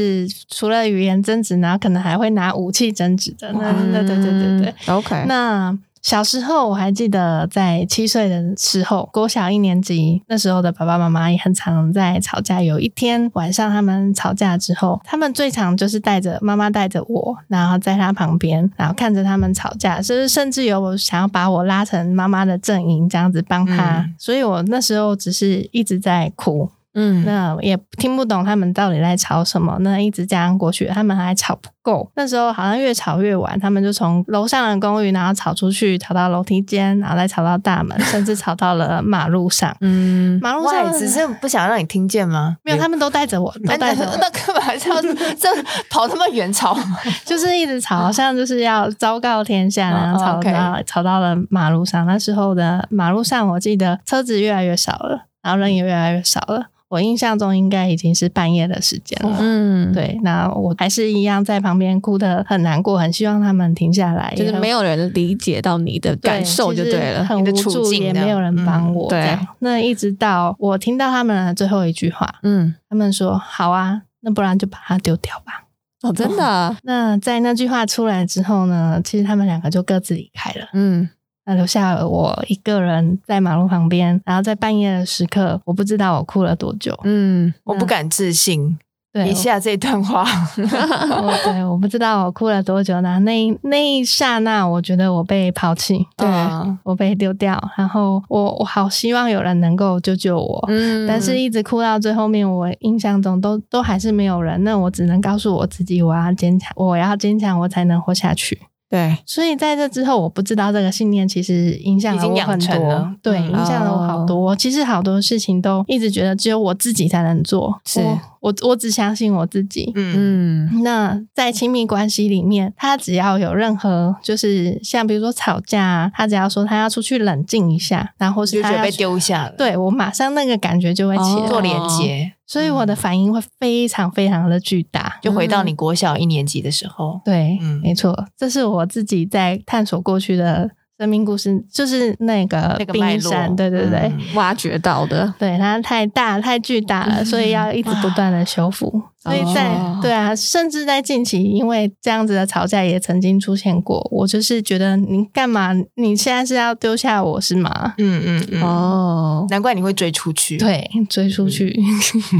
Speaker 4: 除了语言争执，然后可能还会拿武器争执的。那那对对对对。
Speaker 2: 嗯对，OK，
Speaker 4: 那小时候我还记得，在七岁的时候，国小一年级那时候的爸爸妈妈也很常在吵架。有一天晚上他们吵架之后，他们最常就是带着妈妈带着我，然后在他旁边，然后看着他们吵架，就是甚至有我想要把我拉成妈妈的阵营这样子帮他，
Speaker 1: 嗯
Speaker 4: 所以我那时候只是一直在哭。
Speaker 2: 嗯
Speaker 4: 那也听不懂他们到底在吵什么。那一直这样过去，他们还吵不够。那时候好像越吵越晚，他们就从楼上的公寓，然后吵出去，吵到楼梯间，然后再吵到大门，甚至吵到了马路上。
Speaker 2: 嗯，
Speaker 4: 马路上
Speaker 1: 喂，只是不想让你听见吗？
Speaker 4: 没有，他们都带着我，都
Speaker 1: 那
Speaker 4: 带
Speaker 1: 那
Speaker 4: 着我。
Speaker 1: 那干嘛这样？这跑那么远吵吗？
Speaker 4: 就是一直吵，好像就是要昭告天下，
Speaker 1: 哦
Speaker 4: 然后
Speaker 1: 哦
Speaker 4: 吵
Speaker 1: ，OK
Speaker 4: 到、吵到了马路上。那时候的马路上，我记得车子越来越少了，然后人也越来越少了。我印象中应该已经是半夜的时间了。
Speaker 2: 嗯，，
Speaker 4: 对，那我还是一样在旁边哭得很难过，很希望他们停下来，
Speaker 2: 就是没
Speaker 4: 有
Speaker 2: 有人理解到你的感受就对了。
Speaker 4: 很
Speaker 1: 你
Speaker 4: 无
Speaker 1: 的处
Speaker 4: 助，
Speaker 1: 境
Speaker 4: 也
Speaker 1: 这样
Speaker 4: 没有人帮
Speaker 2: 嗯
Speaker 4: 我。
Speaker 2: 对
Speaker 4: 这样那一直到我听到他们的最后一句话，
Speaker 2: 嗯，
Speaker 4: 他们说：“好啊，那不然就把它丢掉吧。”
Speaker 2: 哦，真的啊，
Speaker 4: 那在那句话出来之后呢，其实他们两个就各自离开了，
Speaker 2: 嗯
Speaker 4: 那留下我一个人在马路旁边，然后在半夜的时刻，我不知道我哭了多久。
Speaker 2: 嗯
Speaker 1: 我不敢置信，
Speaker 4: 对，
Speaker 1: 以下这段话，
Speaker 4: 我我对，我不知道我哭了多久呢。那一那一刹那，我觉得我被抛弃，
Speaker 2: 对
Speaker 1: 嗯
Speaker 4: 我被丢掉，然后我我好希望有人能够救救我。
Speaker 2: 嗯
Speaker 4: 但是一直哭到最后面，我印象中都都还是没有人。那我只能告诉我自己，我要坚强，我要坚强，我才能活下去。
Speaker 2: 对，
Speaker 4: 所以在这之后，我不知道这个信念其实影响
Speaker 1: 已
Speaker 4: 了
Speaker 1: 经
Speaker 4: 我
Speaker 1: 养
Speaker 4: 很
Speaker 1: 成了
Speaker 4: 多，对，
Speaker 1: 嗯
Speaker 4: 影响了我好多。其实好多事情都一直觉得只有我自己才能做，
Speaker 2: 是
Speaker 4: 我我我只相信我自己。
Speaker 1: 嗯
Speaker 2: 嗯
Speaker 4: *laughs* 那在亲密关系里面，他只要有任何就是像比如说吵架啊，他只要说他要出去冷静一下，然后或
Speaker 1: 就是觉
Speaker 4: 他
Speaker 1: 得
Speaker 4: 要
Speaker 1: 被
Speaker 4: 去，
Speaker 1: 丢下了，，
Speaker 4: 对我马上那个感觉就会起来，
Speaker 1: 做
Speaker 2: 哦
Speaker 1: 连接，
Speaker 4: 所以我的反应会非常非常的巨大。
Speaker 1: 就回到
Speaker 2: 嗯
Speaker 1: 你国小一年级的时候，
Speaker 4: 对，
Speaker 1: 嗯
Speaker 4: 没错，这是我自己在探索过去的生命故事，就是那个
Speaker 1: 那个脉
Speaker 4: 冰
Speaker 1: 络
Speaker 4: 山，对对对。
Speaker 1: 嗯
Speaker 2: 挖掘到的，
Speaker 4: 对它太大太巨大了，所以要一直不断的修复。所以在、
Speaker 2: 嗯哦
Speaker 4: 对啊，甚至在近期，因为这样子的吵架也曾经出现过。我就是觉得你干嘛？你现在是要丢下我是吗？
Speaker 1: 嗯嗯嗯，
Speaker 2: 哦，
Speaker 1: 难怪你会追出去，，
Speaker 4: 对，追出
Speaker 2: *laughs*
Speaker 4: 去，
Speaker 2: 嗯
Speaker 4: *laughs*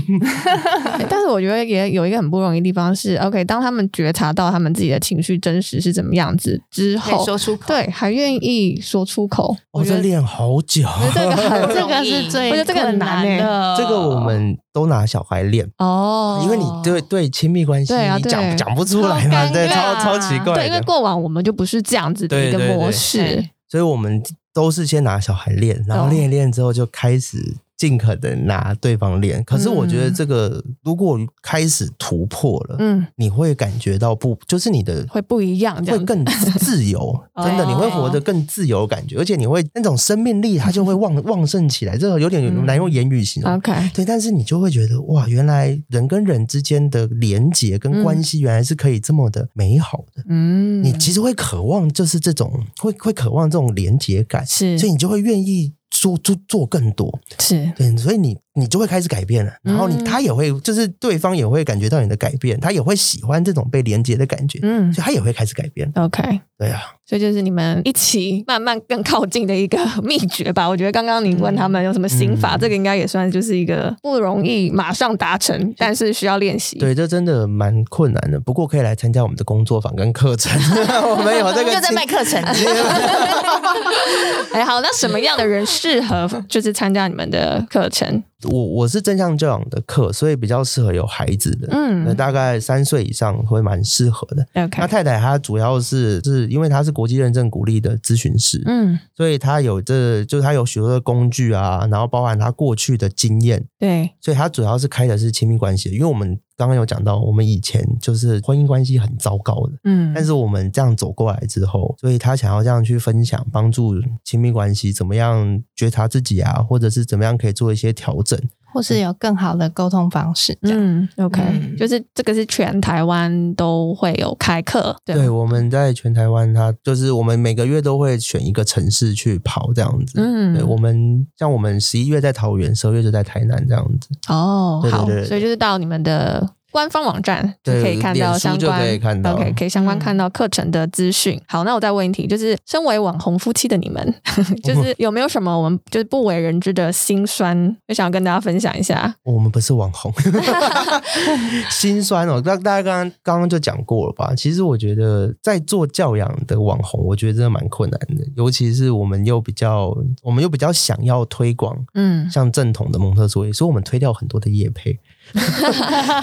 Speaker 2: 但是我觉得也有一个很不容易的地方是，OK，当他们觉察到他们自己的情绪真实是怎么样子之
Speaker 1: 可以
Speaker 2: 后，
Speaker 1: 说出口，
Speaker 2: 对，还愿意说出
Speaker 3: *laughs*
Speaker 2: 口，
Speaker 3: 我这哦练好久，
Speaker 2: 这个很
Speaker 4: 这个
Speaker 1: 容
Speaker 4: 是
Speaker 1: 易
Speaker 4: 最
Speaker 2: 我觉得这个很
Speaker 4: 困
Speaker 2: 难欸
Speaker 4: 的。
Speaker 3: *laughs* 这个我们都拿小孩练，
Speaker 2: 哦，
Speaker 3: 因为你对对亲密关系
Speaker 2: 对啊
Speaker 3: 你
Speaker 2: 对
Speaker 3: 讲讲不出来嘛，
Speaker 4: 超尴
Speaker 3: 对，
Speaker 4: 尬
Speaker 3: 超超奇怪
Speaker 2: 啊对，因为
Speaker 3: 的。
Speaker 2: 过往我们就不是这样子的一个
Speaker 3: 对对对
Speaker 2: 模式
Speaker 1: 对，
Speaker 3: 所以我们都是先拿小孩练，然后
Speaker 2: 懂
Speaker 3: 练一练之后就开始尽可能拿对方练。可是我觉得这个如果开始突破了，
Speaker 2: 嗯，
Speaker 3: 你会感觉到不，就是你的
Speaker 2: 会不一样这样
Speaker 3: 会更自
Speaker 2: *laughs*
Speaker 3: 由，真的，
Speaker 2: 哦
Speaker 3: 你会活得更自由的感觉，而且你会那种生命力，它就会
Speaker 2: *laughs*
Speaker 3: 旺旺盛起来。这个有点
Speaker 2: 嗯
Speaker 3: 难用言语形容。
Speaker 2: OK，
Speaker 3: 对，但是你就会觉得哇，原来人跟人之间的连结跟关系，原来是可以这么的美好的。
Speaker 2: 嗯，
Speaker 3: 你其实会渴望，就是这种会会渴望这种连结感，
Speaker 2: 是
Speaker 3: 所以你就会愿意做做做更多。
Speaker 2: 是
Speaker 3: 对，所以你你就会开始改变了，然后你
Speaker 2: 嗯
Speaker 3: 他也会，就是对方也会感觉到你的改变，他也会喜欢这种被连接的感觉，
Speaker 2: 嗯
Speaker 3: 所以他也会开始改变。
Speaker 2: ，OK。
Speaker 3: 对啊，
Speaker 2: 所以就是你们一起慢慢更靠近的一个秘诀吧。我觉得刚刚你问他们有什么心法，
Speaker 3: 嗯
Speaker 2: 这个应该也算就是一个不容易马上达
Speaker 3: 嗯
Speaker 2: 成，但是需要练习。
Speaker 3: 对，这真的蛮困难的，不过可以来参加我们的工作坊跟课程， *laughs* 哎我们有
Speaker 2: *laughs*
Speaker 3: 这
Speaker 1: *laughs*
Speaker 3: 个
Speaker 1: 又在
Speaker 3: 经
Speaker 1: 卖课
Speaker 3: *laughs*
Speaker 1: 程，
Speaker 2: 哎，好，那什么样的人适合就是参加你们的课程？
Speaker 3: 我我是正向教养的课，所以比较适合有孩子的，
Speaker 2: 嗯
Speaker 3: 那大概三岁以上会蛮适合的。
Speaker 2: ，OK，
Speaker 3: 那太太她主要是是因为她是国际认证鼓励的咨询师，
Speaker 2: 嗯，
Speaker 3: 所以她有这就是她有许多的工具啊，然后包含她过去的经验，
Speaker 2: 对，
Speaker 3: 所以她主要是开的是亲密关系，因为我们刚刚有讲到，我们以前就是婚姻关系很糟糕的，
Speaker 2: 嗯，
Speaker 3: 但是我们这样走过来之后，所以他想要这样去分享，帮助亲密关系怎么样觉察自己啊，或者是怎么样可以做一些调整。
Speaker 4: 或是有更好的沟通方式，这样、。
Speaker 2: 嗯，OK，
Speaker 1: 嗯
Speaker 2: 就是这个是全台湾都会有开课，对啊吗
Speaker 3: 对，我们在全台湾，他就是我们每个月都会选一个城市去跑这样子。
Speaker 2: 嗯
Speaker 3: 对，我们像我们十一月在桃园，十二月就在台南这样子。
Speaker 2: 哦，
Speaker 3: 对对
Speaker 2: 好
Speaker 3: 对，对
Speaker 2: 所以就是到你们的。官方网站就
Speaker 3: 对
Speaker 2: 可以看
Speaker 3: 脸
Speaker 2: 到
Speaker 3: 书
Speaker 2: 相
Speaker 3: 就
Speaker 2: 关
Speaker 3: 可以看到
Speaker 2: OK，可以相关
Speaker 1: 嗯
Speaker 2: 看到课程的资讯。好，那我再问一题，就是身为网红夫妻的你们， *laughs* 就是有没有什么我们就是不为人知的辛酸，就想要跟大家分享一下？
Speaker 3: 我们不是
Speaker 2: *laughs*
Speaker 3: 网红，心酸哦。那大家刚刚刚刚就讲过了吧？其实我觉得在做教养的网红，我觉得真的蛮困难的，尤其是我们又比较，我们又比较想要推广
Speaker 2: 嗯，
Speaker 3: 像正统的蒙特梭利，所以我们推掉很多的业配， *laughs*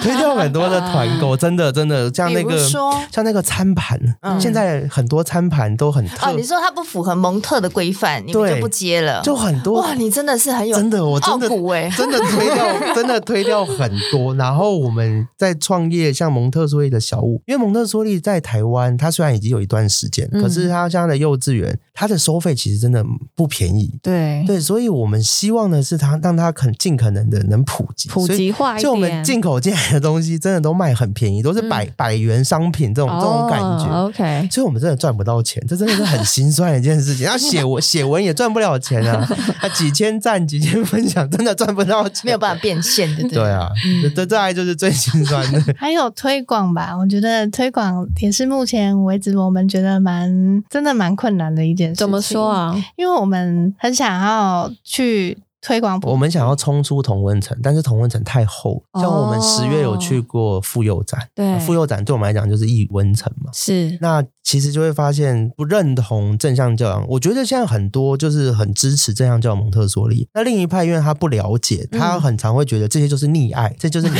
Speaker 3: 推掉很多的团购，真的真的，像那
Speaker 1: 比
Speaker 3: 个
Speaker 1: 如说
Speaker 3: 像那个餐盘，
Speaker 1: 嗯
Speaker 3: 现在很多餐盘都很
Speaker 1: 哦，
Speaker 3: 特
Speaker 1: 你，说它不符合蒙特的规范，你们
Speaker 3: 对
Speaker 1: 就不接了。
Speaker 3: 就很多
Speaker 1: 哇，你真的是很有
Speaker 3: 真的，我真的
Speaker 1: 傲骨欸
Speaker 3: 真的推
Speaker 1: *laughs*
Speaker 3: 掉，真的推掉很多。然后我们在创业，像蒙特梭利的小五，因为蒙特梭利在台湾，它虽然已经有一段时间，
Speaker 2: 嗯
Speaker 3: 可是它现在的幼稚园，它的收费其实真的不便宜。
Speaker 2: 对，
Speaker 3: 对，所以我们希望的是它让它肯尽可能的能普及，
Speaker 2: 普
Speaker 3: 所以
Speaker 2: 及化一
Speaker 3: 就我们
Speaker 2: 点，嗯
Speaker 3: 进口进来的东西，真的都卖很便宜，都是百、百元商品这种、这种感觉。
Speaker 2: 哦 OK，
Speaker 3: 所以我们真的赚不到钱，这真
Speaker 2: *laughs*
Speaker 3: 的是很心酸的一件事情。要写文写文也赚不了钱啊，啊几千赞几千分享真的赚不到钱，
Speaker 1: 没有办法变现的，
Speaker 3: 对啊，
Speaker 2: 嗯
Speaker 3: 这这再来就是最心酸的 *laughs*
Speaker 4: 还有推广吧，我觉得推广也是目前为止我们觉得蛮真的蛮困难的一件事。
Speaker 2: 怎么说？啊？
Speaker 4: 因为我们很想要去推广
Speaker 3: 我们想要冲出同温层，但是同温层太厚，
Speaker 2: 哦
Speaker 3: 像我们十月有去过妇幼展，
Speaker 2: 对
Speaker 3: 妇幼展对我们来讲就是异温层嘛。
Speaker 2: 是，
Speaker 3: 那其实就会发现不认同正向教养，我觉得现在很多就是很支持正向教养蒙特梭利。那另一派因为他不了解，他很常会觉得这些就是溺爱，这就是没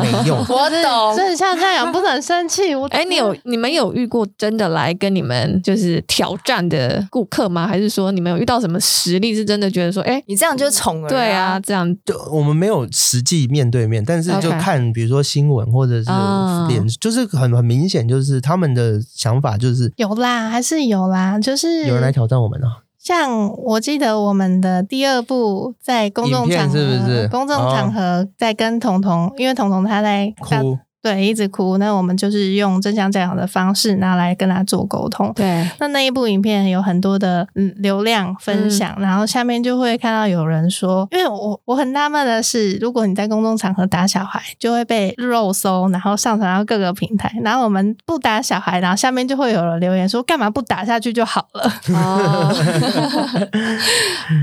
Speaker 3: 没用。
Speaker 1: 我懂
Speaker 4: 正向教养不能生气。我
Speaker 2: 哎，你有你们有遇过真的来跟你们就是挑战的顾客吗？还是说你们有遇到什么实力是真的觉得说，哎，
Speaker 1: 你这样就是宠儿、
Speaker 2: 对啊，，这样
Speaker 3: 就我们没有实际面对面，但是就
Speaker 2: OK
Speaker 3: 看比如说新闻或者是
Speaker 2: 啊
Speaker 3: 脸，就是很很明显，就是他们的想法就是
Speaker 4: 有啦，还是有啦，就是
Speaker 3: 有人来挑战我们啊，
Speaker 4: 像我记得我们的第二部在公众
Speaker 3: 影片
Speaker 4: 场合，
Speaker 3: 是不是哦
Speaker 4: 公众场合在跟彤彤，因为彤彤她在她
Speaker 3: 哭
Speaker 4: 对一直哭，那我们就是用正向教养的方式拿来跟她做沟通。
Speaker 2: 对，
Speaker 4: 那那一部影片有很多的嗯流量分享，
Speaker 3: 嗯
Speaker 4: 然后下面就会看到有人说，因为我我很纳闷的是，如果你在公众场合打小孩，就会被肉搜，然后上传到各个平台，然后我们不打小孩，然后下面就会有人留言说，干嘛不打下去就好
Speaker 3: *laughs*
Speaker 4: 了？
Speaker 2: 哦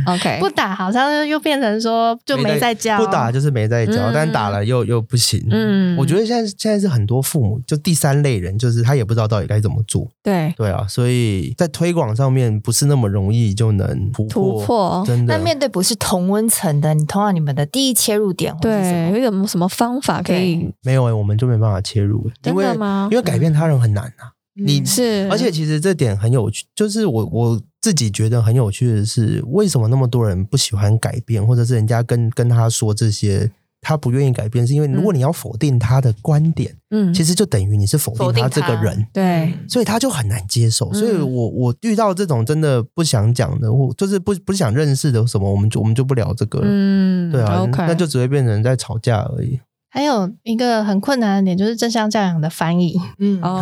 Speaker 2: ，OK，
Speaker 4: 不打好像又变成说就没在教，
Speaker 3: 不打就是没在教，
Speaker 2: 嗯
Speaker 3: 但打了又又不行。
Speaker 2: 嗯
Speaker 3: 我觉得现在现在是很多父母就第三类人，就是他也不知道到底该怎么做。
Speaker 2: 对
Speaker 3: 对啊，所以在推广上面不是那么容易就能突
Speaker 2: 突
Speaker 3: 破，
Speaker 2: 破，
Speaker 3: 真的
Speaker 1: 那。面对不是同温层的，你通常你们的第一切入点会是什
Speaker 2: 对，
Speaker 1: 么？
Speaker 2: 有什么什么方法可以？
Speaker 3: 没有、欸，我们就没办法切入、欸，
Speaker 2: 真
Speaker 3: 因
Speaker 2: 的
Speaker 3: 为
Speaker 2: 吗
Speaker 3: 因为改变他人很难啊。你
Speaker 2: 是，
Speaker 3: 而且其实这点很有趣，就是我我自己觉得很有趣的是，为什么那么多人不喜欢改变，或者是人家跟跟他说这些，他不愿意改变，是因为如果你要否定他的观点，
Speaker 2: 嗯，
Speaker 3: 其实就等于你是否
Speaker 1: 否
Speaker 3: 定
Speaker 1: 定
Speaker 3: 他这个
Speaker 1: 他
Speaker 3: 人。
Speaker 2: 对，
Speaker 3: 所以他就很难接受，
Speaker 2: 嗯
Speaker 3: 所以我我遇到这种真的不想讲的，或就是不不想认识的什么，我们就我们就不聊这个了，
Speaker 2: 嗯，
Speaker 3: 对啊
Speaker 2: o k
Speaker 3: 那就只会变成在吵架
Speaker 2: *laughs*
Speaker 3: 而已。
Speaker 4: 还有一个很困难的点就是正向教养的
Speaker 3: *laughs*
Speaker 4: 翻译，
Speaker 1: 嗯，
Speaker 2: 哦，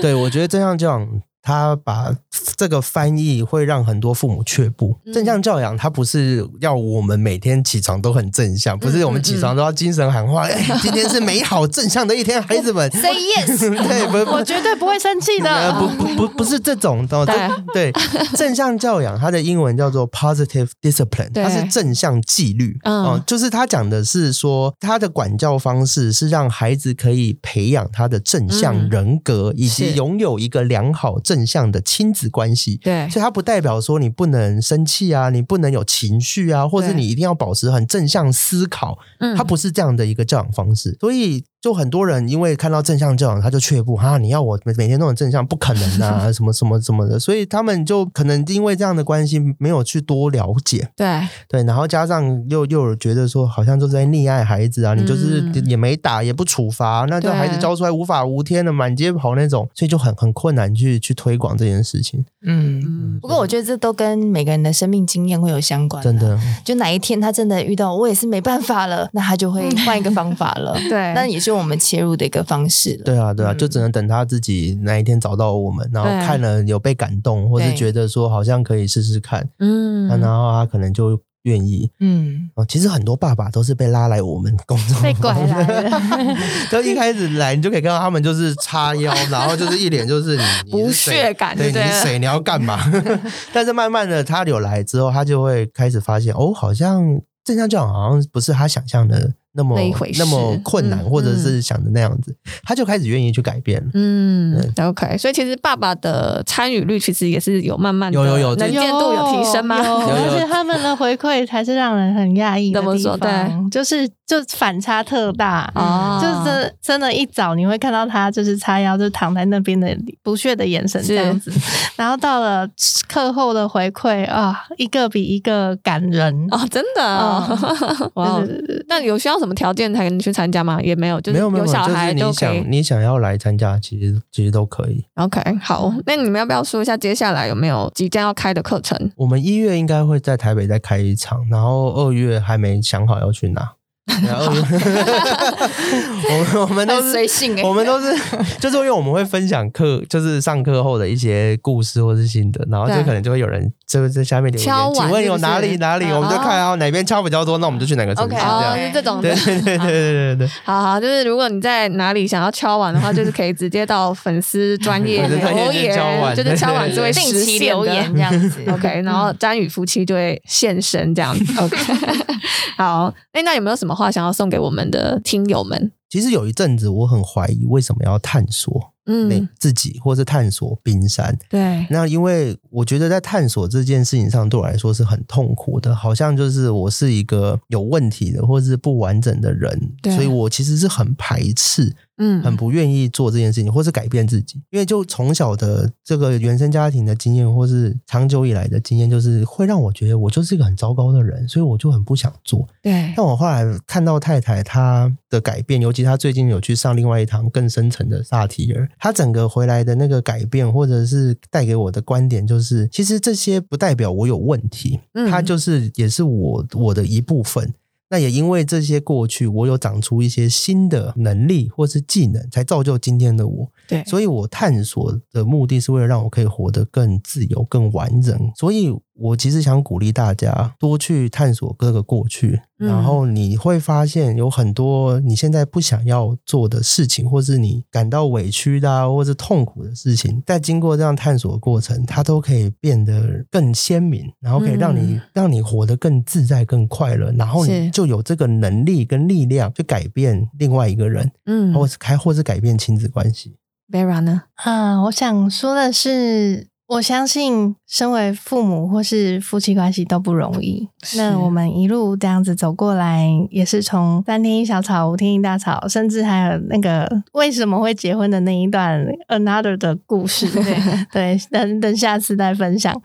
Speaker 3: 对，我觉得正向教养，他把这个翻译会让很多父母却步。
Speaker 2: 嗯
Speaker 3: 正向教养，它不是要我们每天起床都很正向，
Speaker 2: 嗯
Speaker 3: 不是我们起床都要精神喊话，哎、今天是美好正向的一天，孩子
Speaker 2: *laughs*
Speaker 3: 们。
Speaker 1: ，say yes，
Speaker 3: *laughs* 对，不不
Speaker 4: 我绝对不会生气
Speaker 3: 呃，
Speaker 4: 的。
Speaker 3: *laughs* 不
Speaker 2: 哦
Speaker 3: 不不，不是这
Speaker 2: *laughs*
Speaker 3: 种的，对对，正向教养，它的英文叫做 positive discipline，
Speaker 2: 对
Speaker 3: 它是正向纪律。
Speaker 2: 嗯
Speaker 3: 哦就是他讲的是说，他的管教方式是让孩子可以培养他的正向
Speaker 2: 嗯
Speaker 3: 人格，以及
Speaker 2: 是
Speaker 3: 拥有一个良好正向的亲子关系。
Speaker 2: 对，
Speaker 3: 所以它不代表说你不能生气啊，你不能有情绪啊，或者
Speaker 2: 对
Speaker 3: 你一定要保持很正向思考，
Speaker 2: 嗯
Speaker 3: 它不是这样的一个教养方式，所以就很多人因为看到正向教养，他就却步啊！你要我每每天都很正向，不可能啊，什么什么什么的，所以他们就可能因为这样的关系，没有去多了解，
Speaker 2: 对，
Speaker 3: 对，然后加上又又有觉得说，好像就是在溺爱孩子啊，你就是
Speaker 2: 嗯
Speaker 3: 也没打，也不处罚，那这
Speaker 2: 对
Speaker 3: 孩子教出来无法无天的，满街跑那种，所以就很很困难去去推广这件事情。
Speaker 1: 嗯。
Speaker 2: 嗯，
Speaker 1: 不过我觉得这都跟每个人的生命经验会有相关，
Speaker 3: 真。的，
Speaker 1: 就哪一天他真的遇到我也是没办法了，那他就会换一个方法 *laughs* 了。
Speaker 2: 对，
Speaker 1: 那也是我们切入的一个方式了。
Speaker 3: 对啊，对啊，
Speaker 1: 嗯
Speaker 3: 就只能等他自己哪一天找到我们，然后
Speaker 2: 对
Speaker 3: 看了有被感动，或是
Speaker 1: 对
Speaker 3: 觉得说好像可以试试看。
Speaker 2: 嗯
Speaker 3: 那然后他可能就愿意
Speaker 1: 嗯，
Speaker 3: 哦。其实很多爸爸都是被拉来我们公众
Speaker 4: 被拐来的，
Speaker 3: *laughs* 就一开始来，你就可以看到他们就是叉腰，然后就是一脸就是你你
Speaker 2: 不
Speaker 3: 是谁
Speaker 2: 屑感
Speaker 3: 对，
Speaker 2: 就对
Speaker 3: 你
Speaker 2: 了
Speaker 3: 是谁你要干
Speaker 2: *laughs*
Speaker 3: 嘛？但是慢慢的，他有来之后，他就会开始发现，哦，好像正向教养好像不是他想象的那么
Speaker 2: 那一回事
Speaker 3: 那么困难，
Speaker 2: 嗯
Speaker 3: 或者是想的那样子，他就开始愿意去改变了。
Speaker 2: 嗯，OK，所以其实爸爸的参与率其实也是有慢慢的
Speaker 3: 有有有
Speaker 2: 能
Speaker 3: 这
Speaker 2: 见度有提升 *laughs* 吗？
Speaker 4: 有
Speaker 3: 有
Speaker 4: 而且他们的回馈才是让人很讶异的
Speaker 2: 怎么
Speaker 4: 地
Speaker 2: 说对
Speaker 4: 方，就是就反差特大。
Speaker 2: 哦
Speaker 4: 就是真真的，一早你会看到他就是叉腰，就躺在那边的不屑的眼神这样子，然后到了课后的回馈啊，一个比一个感人。嗯
Speaker 2: 哦，真的哦，哇 *laughs* 哦
Speaker 4: 就！是
Speaker 2: 那有需要什么条件才能去参加吗？也没有，嗯就是
Speaker 3: 没有没有，
Speaker 2: 小孩
Speaker 3: 就
Speaker 2: 都
Speaker 3: 是你
Speaker 2: 可以
Speaker 3: 想。你想要来参加，其实其实都可以。
Speaker 2: OK，好，那你们要不要说一下接下来有没有即将要开的课程？
Speaker 3: 我们一月应该会在台北再开一场，然后二月还没想好要去哪。然后
Speaker 2: *laughs*
Speaker 3: 我们我们都
Speaker 1: 很
Speaker 3: 是
Speaker 1: 随性哎、
Speaker 3: 我们都是，就是因为我们会分享课，就是上课后的一些故事或是心得，然后就
Speaker 2: 对
Speaker 3: 可能就会有人就在下面留
Speaker 2: 敲
Speaker 3: 言，
Speaker 2: 碗
Speaker 3: 请问有哪
Speaker 2: 是不
Speaker 3: 里
Speaker 2: 是
Speaker 3: 哪里，
Speaker 2: 嗯
Speaker 3: 我们就看啊哪边敲比较多，那我们就去哪个城市
Speaker 1: OK，
Speaker 3: 这
Speaker 2: 哦，
Speaker 3: 样。
Speaker 2: 是这种的
Speaker 3: 对。对对对对对对，
Speaker 2: 好好，就是如果你在哪里想要敲碗的话，就是可以直接到粉丝专业
Speaker 3: *laughs* 粉丝专业
Speaker 2: 留
Speaker 3: 敲
Speaker 2: 言，
Speaker 3: 碗
Speaker 2: 就是敲碗是会
Speaker 1: 定
Speaker 2: 实
Speaker 1: 期
Speaker 2: 现
Speaker 1: 留
Speaker 2: 的
Speaker 1: 言这样子
Speaker 2: *laughs* OK，然后詹宇夫妻就会现身 *laughs* 这样子。OK，好，哎，那有没有什么话想要送给我们的听友们？
Speaker 3: 其实有一阵子我很怀疑为什么要探索那
Speaker 2: 嗯，
Speaker 3: 自己，或是探索冰山。
Speaker 2: 对，
Speaker 3: 那因为我觉得在探索这件事情上，对我来说是很痛苦的，好像就是我是一个有问题的，或是不完整的人，
Speaker 2: 对
Speaker 3: 所以我其实是很排斥。
Speaker 2: 嗯，
Speaker 3: 很不愿意做这件事情，或是改变自己，因为就从小的这个原生家庭的经验，或是长久以来的经验，就是会让我觉得我就是一个很糟糕的人，所以我就很不想做。
Speaker 2: 对，
Speaker 3: 但我后来看到太太她的改变，尤其她最近有去上另外一堂更深层的萨提尔，她整个回来的那个改变，或者是带给我的观点，就是其实这些不代表我有问题，
Speaker 2: 嗯
Speaker 3: 它就是也是我我的一部分。那也因为这些过去，我有长出一些新的能力或是技能，才造就今天的我。
Speaker 2: 对，
Speaker 3: 所以我探索的目的是为了让我可以活得更自由、更完整。所以我其实想鼓励大家多去探索各个过去，
Speaker 2: 嗯
Speaker 3: 然后你会发现有很多你现在不想要做的事情，或是你感到委屈的、啊，或是痛苦的事情，在经过这样探索的过程，它都可以变得更鲜明，然后可以让你、
Speaker 2: 嗯
Speaker 3: 让你活得更自在、更快乐，然后
Speaker 2: 是
Speaker 3: 你就有这个能力跟力量去改变另外一个人，
Speaker 2: 嗯
Speaker 3: 或是开或是改变亲子关系。
Speaker 2: ，Vera 呢？
Speaker 4: 啊，我想说的是，我相信身为父母或是夫妻关系都不容易。那我们一路这样子走过来，也是从三天一小吵，五天一大吵，甚至还有那个为什么会结婚的那一段 another 的故事。对对，等等下次再分享。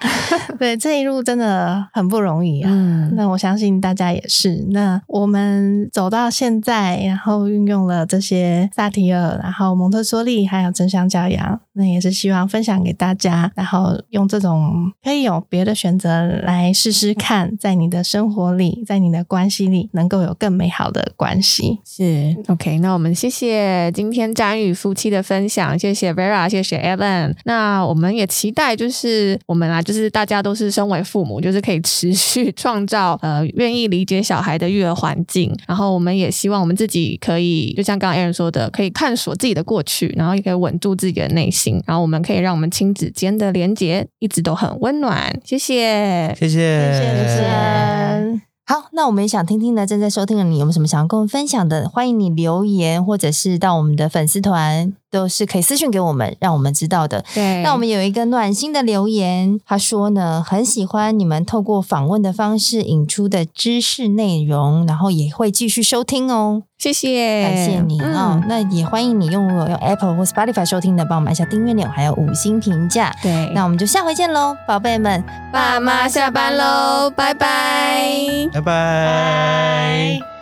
Speaker 4: 对，这一路真的很不容易啊。
Speaker 2: 嗯，
Speaker 4: 那我相信大家也是。那我们走到现在，然后运用了这些萨提尔，然后蒙特梭利，还有正向教养，那也是希望分享给大家。然后用这种可以有别的选择来试试看，在你的生活里，在你的关系里，能够有更美好的关系。
Speaker 2: 是 OK，那我们谢谢今天詹宇夫妻的分享，谢谢 Vera，谢谢 Alan。那我们也期待就是我们啊，就是大家都是身为父母，就是可以持续 *laughs* 创造呃愿意理解小孩的育儿环境。然后我们也希望我们自己可以，就像刚刚 Aaron 说的，可以探索自己的过去，然后也可以稳住自己的内心，然后我们可以让我们亲子间的连结一直都很温暖。谢谢。
Speaker 3: 谢谢，
Speaker 4: 谢谢主持人。
Speaker 1: *laughs* 好，那我们也想听听呢，正在收听的你有没有什么想要跟我们分享的？欢迎你留言，或者是到我们的粉丝团，都是可以私讯给我们，让我们知道的。
Speaker 2: 对
Speaker 1: 那我们有一个暖心的留言，他说呢，很喜欢你们透过访问的方式引出的知识内容，然后也会继续收听哦，
Speaker 2: 谢谢，
Speaker 1: 感谢你
Speaker 2: 嗯
Speaker 1: 哦。那也欢迎你用如果用 Apple 或 Spotify 收听的，帮我们按下订阅钮，还有五星评价。
Speaker 2: 对，
Speaker 1: 那我们就下回见喽，宝贝们，
Speaker 2: 爸妈下班喽，拜拜。
Speaker 3: 拜拜。
Speaker 4: 拜。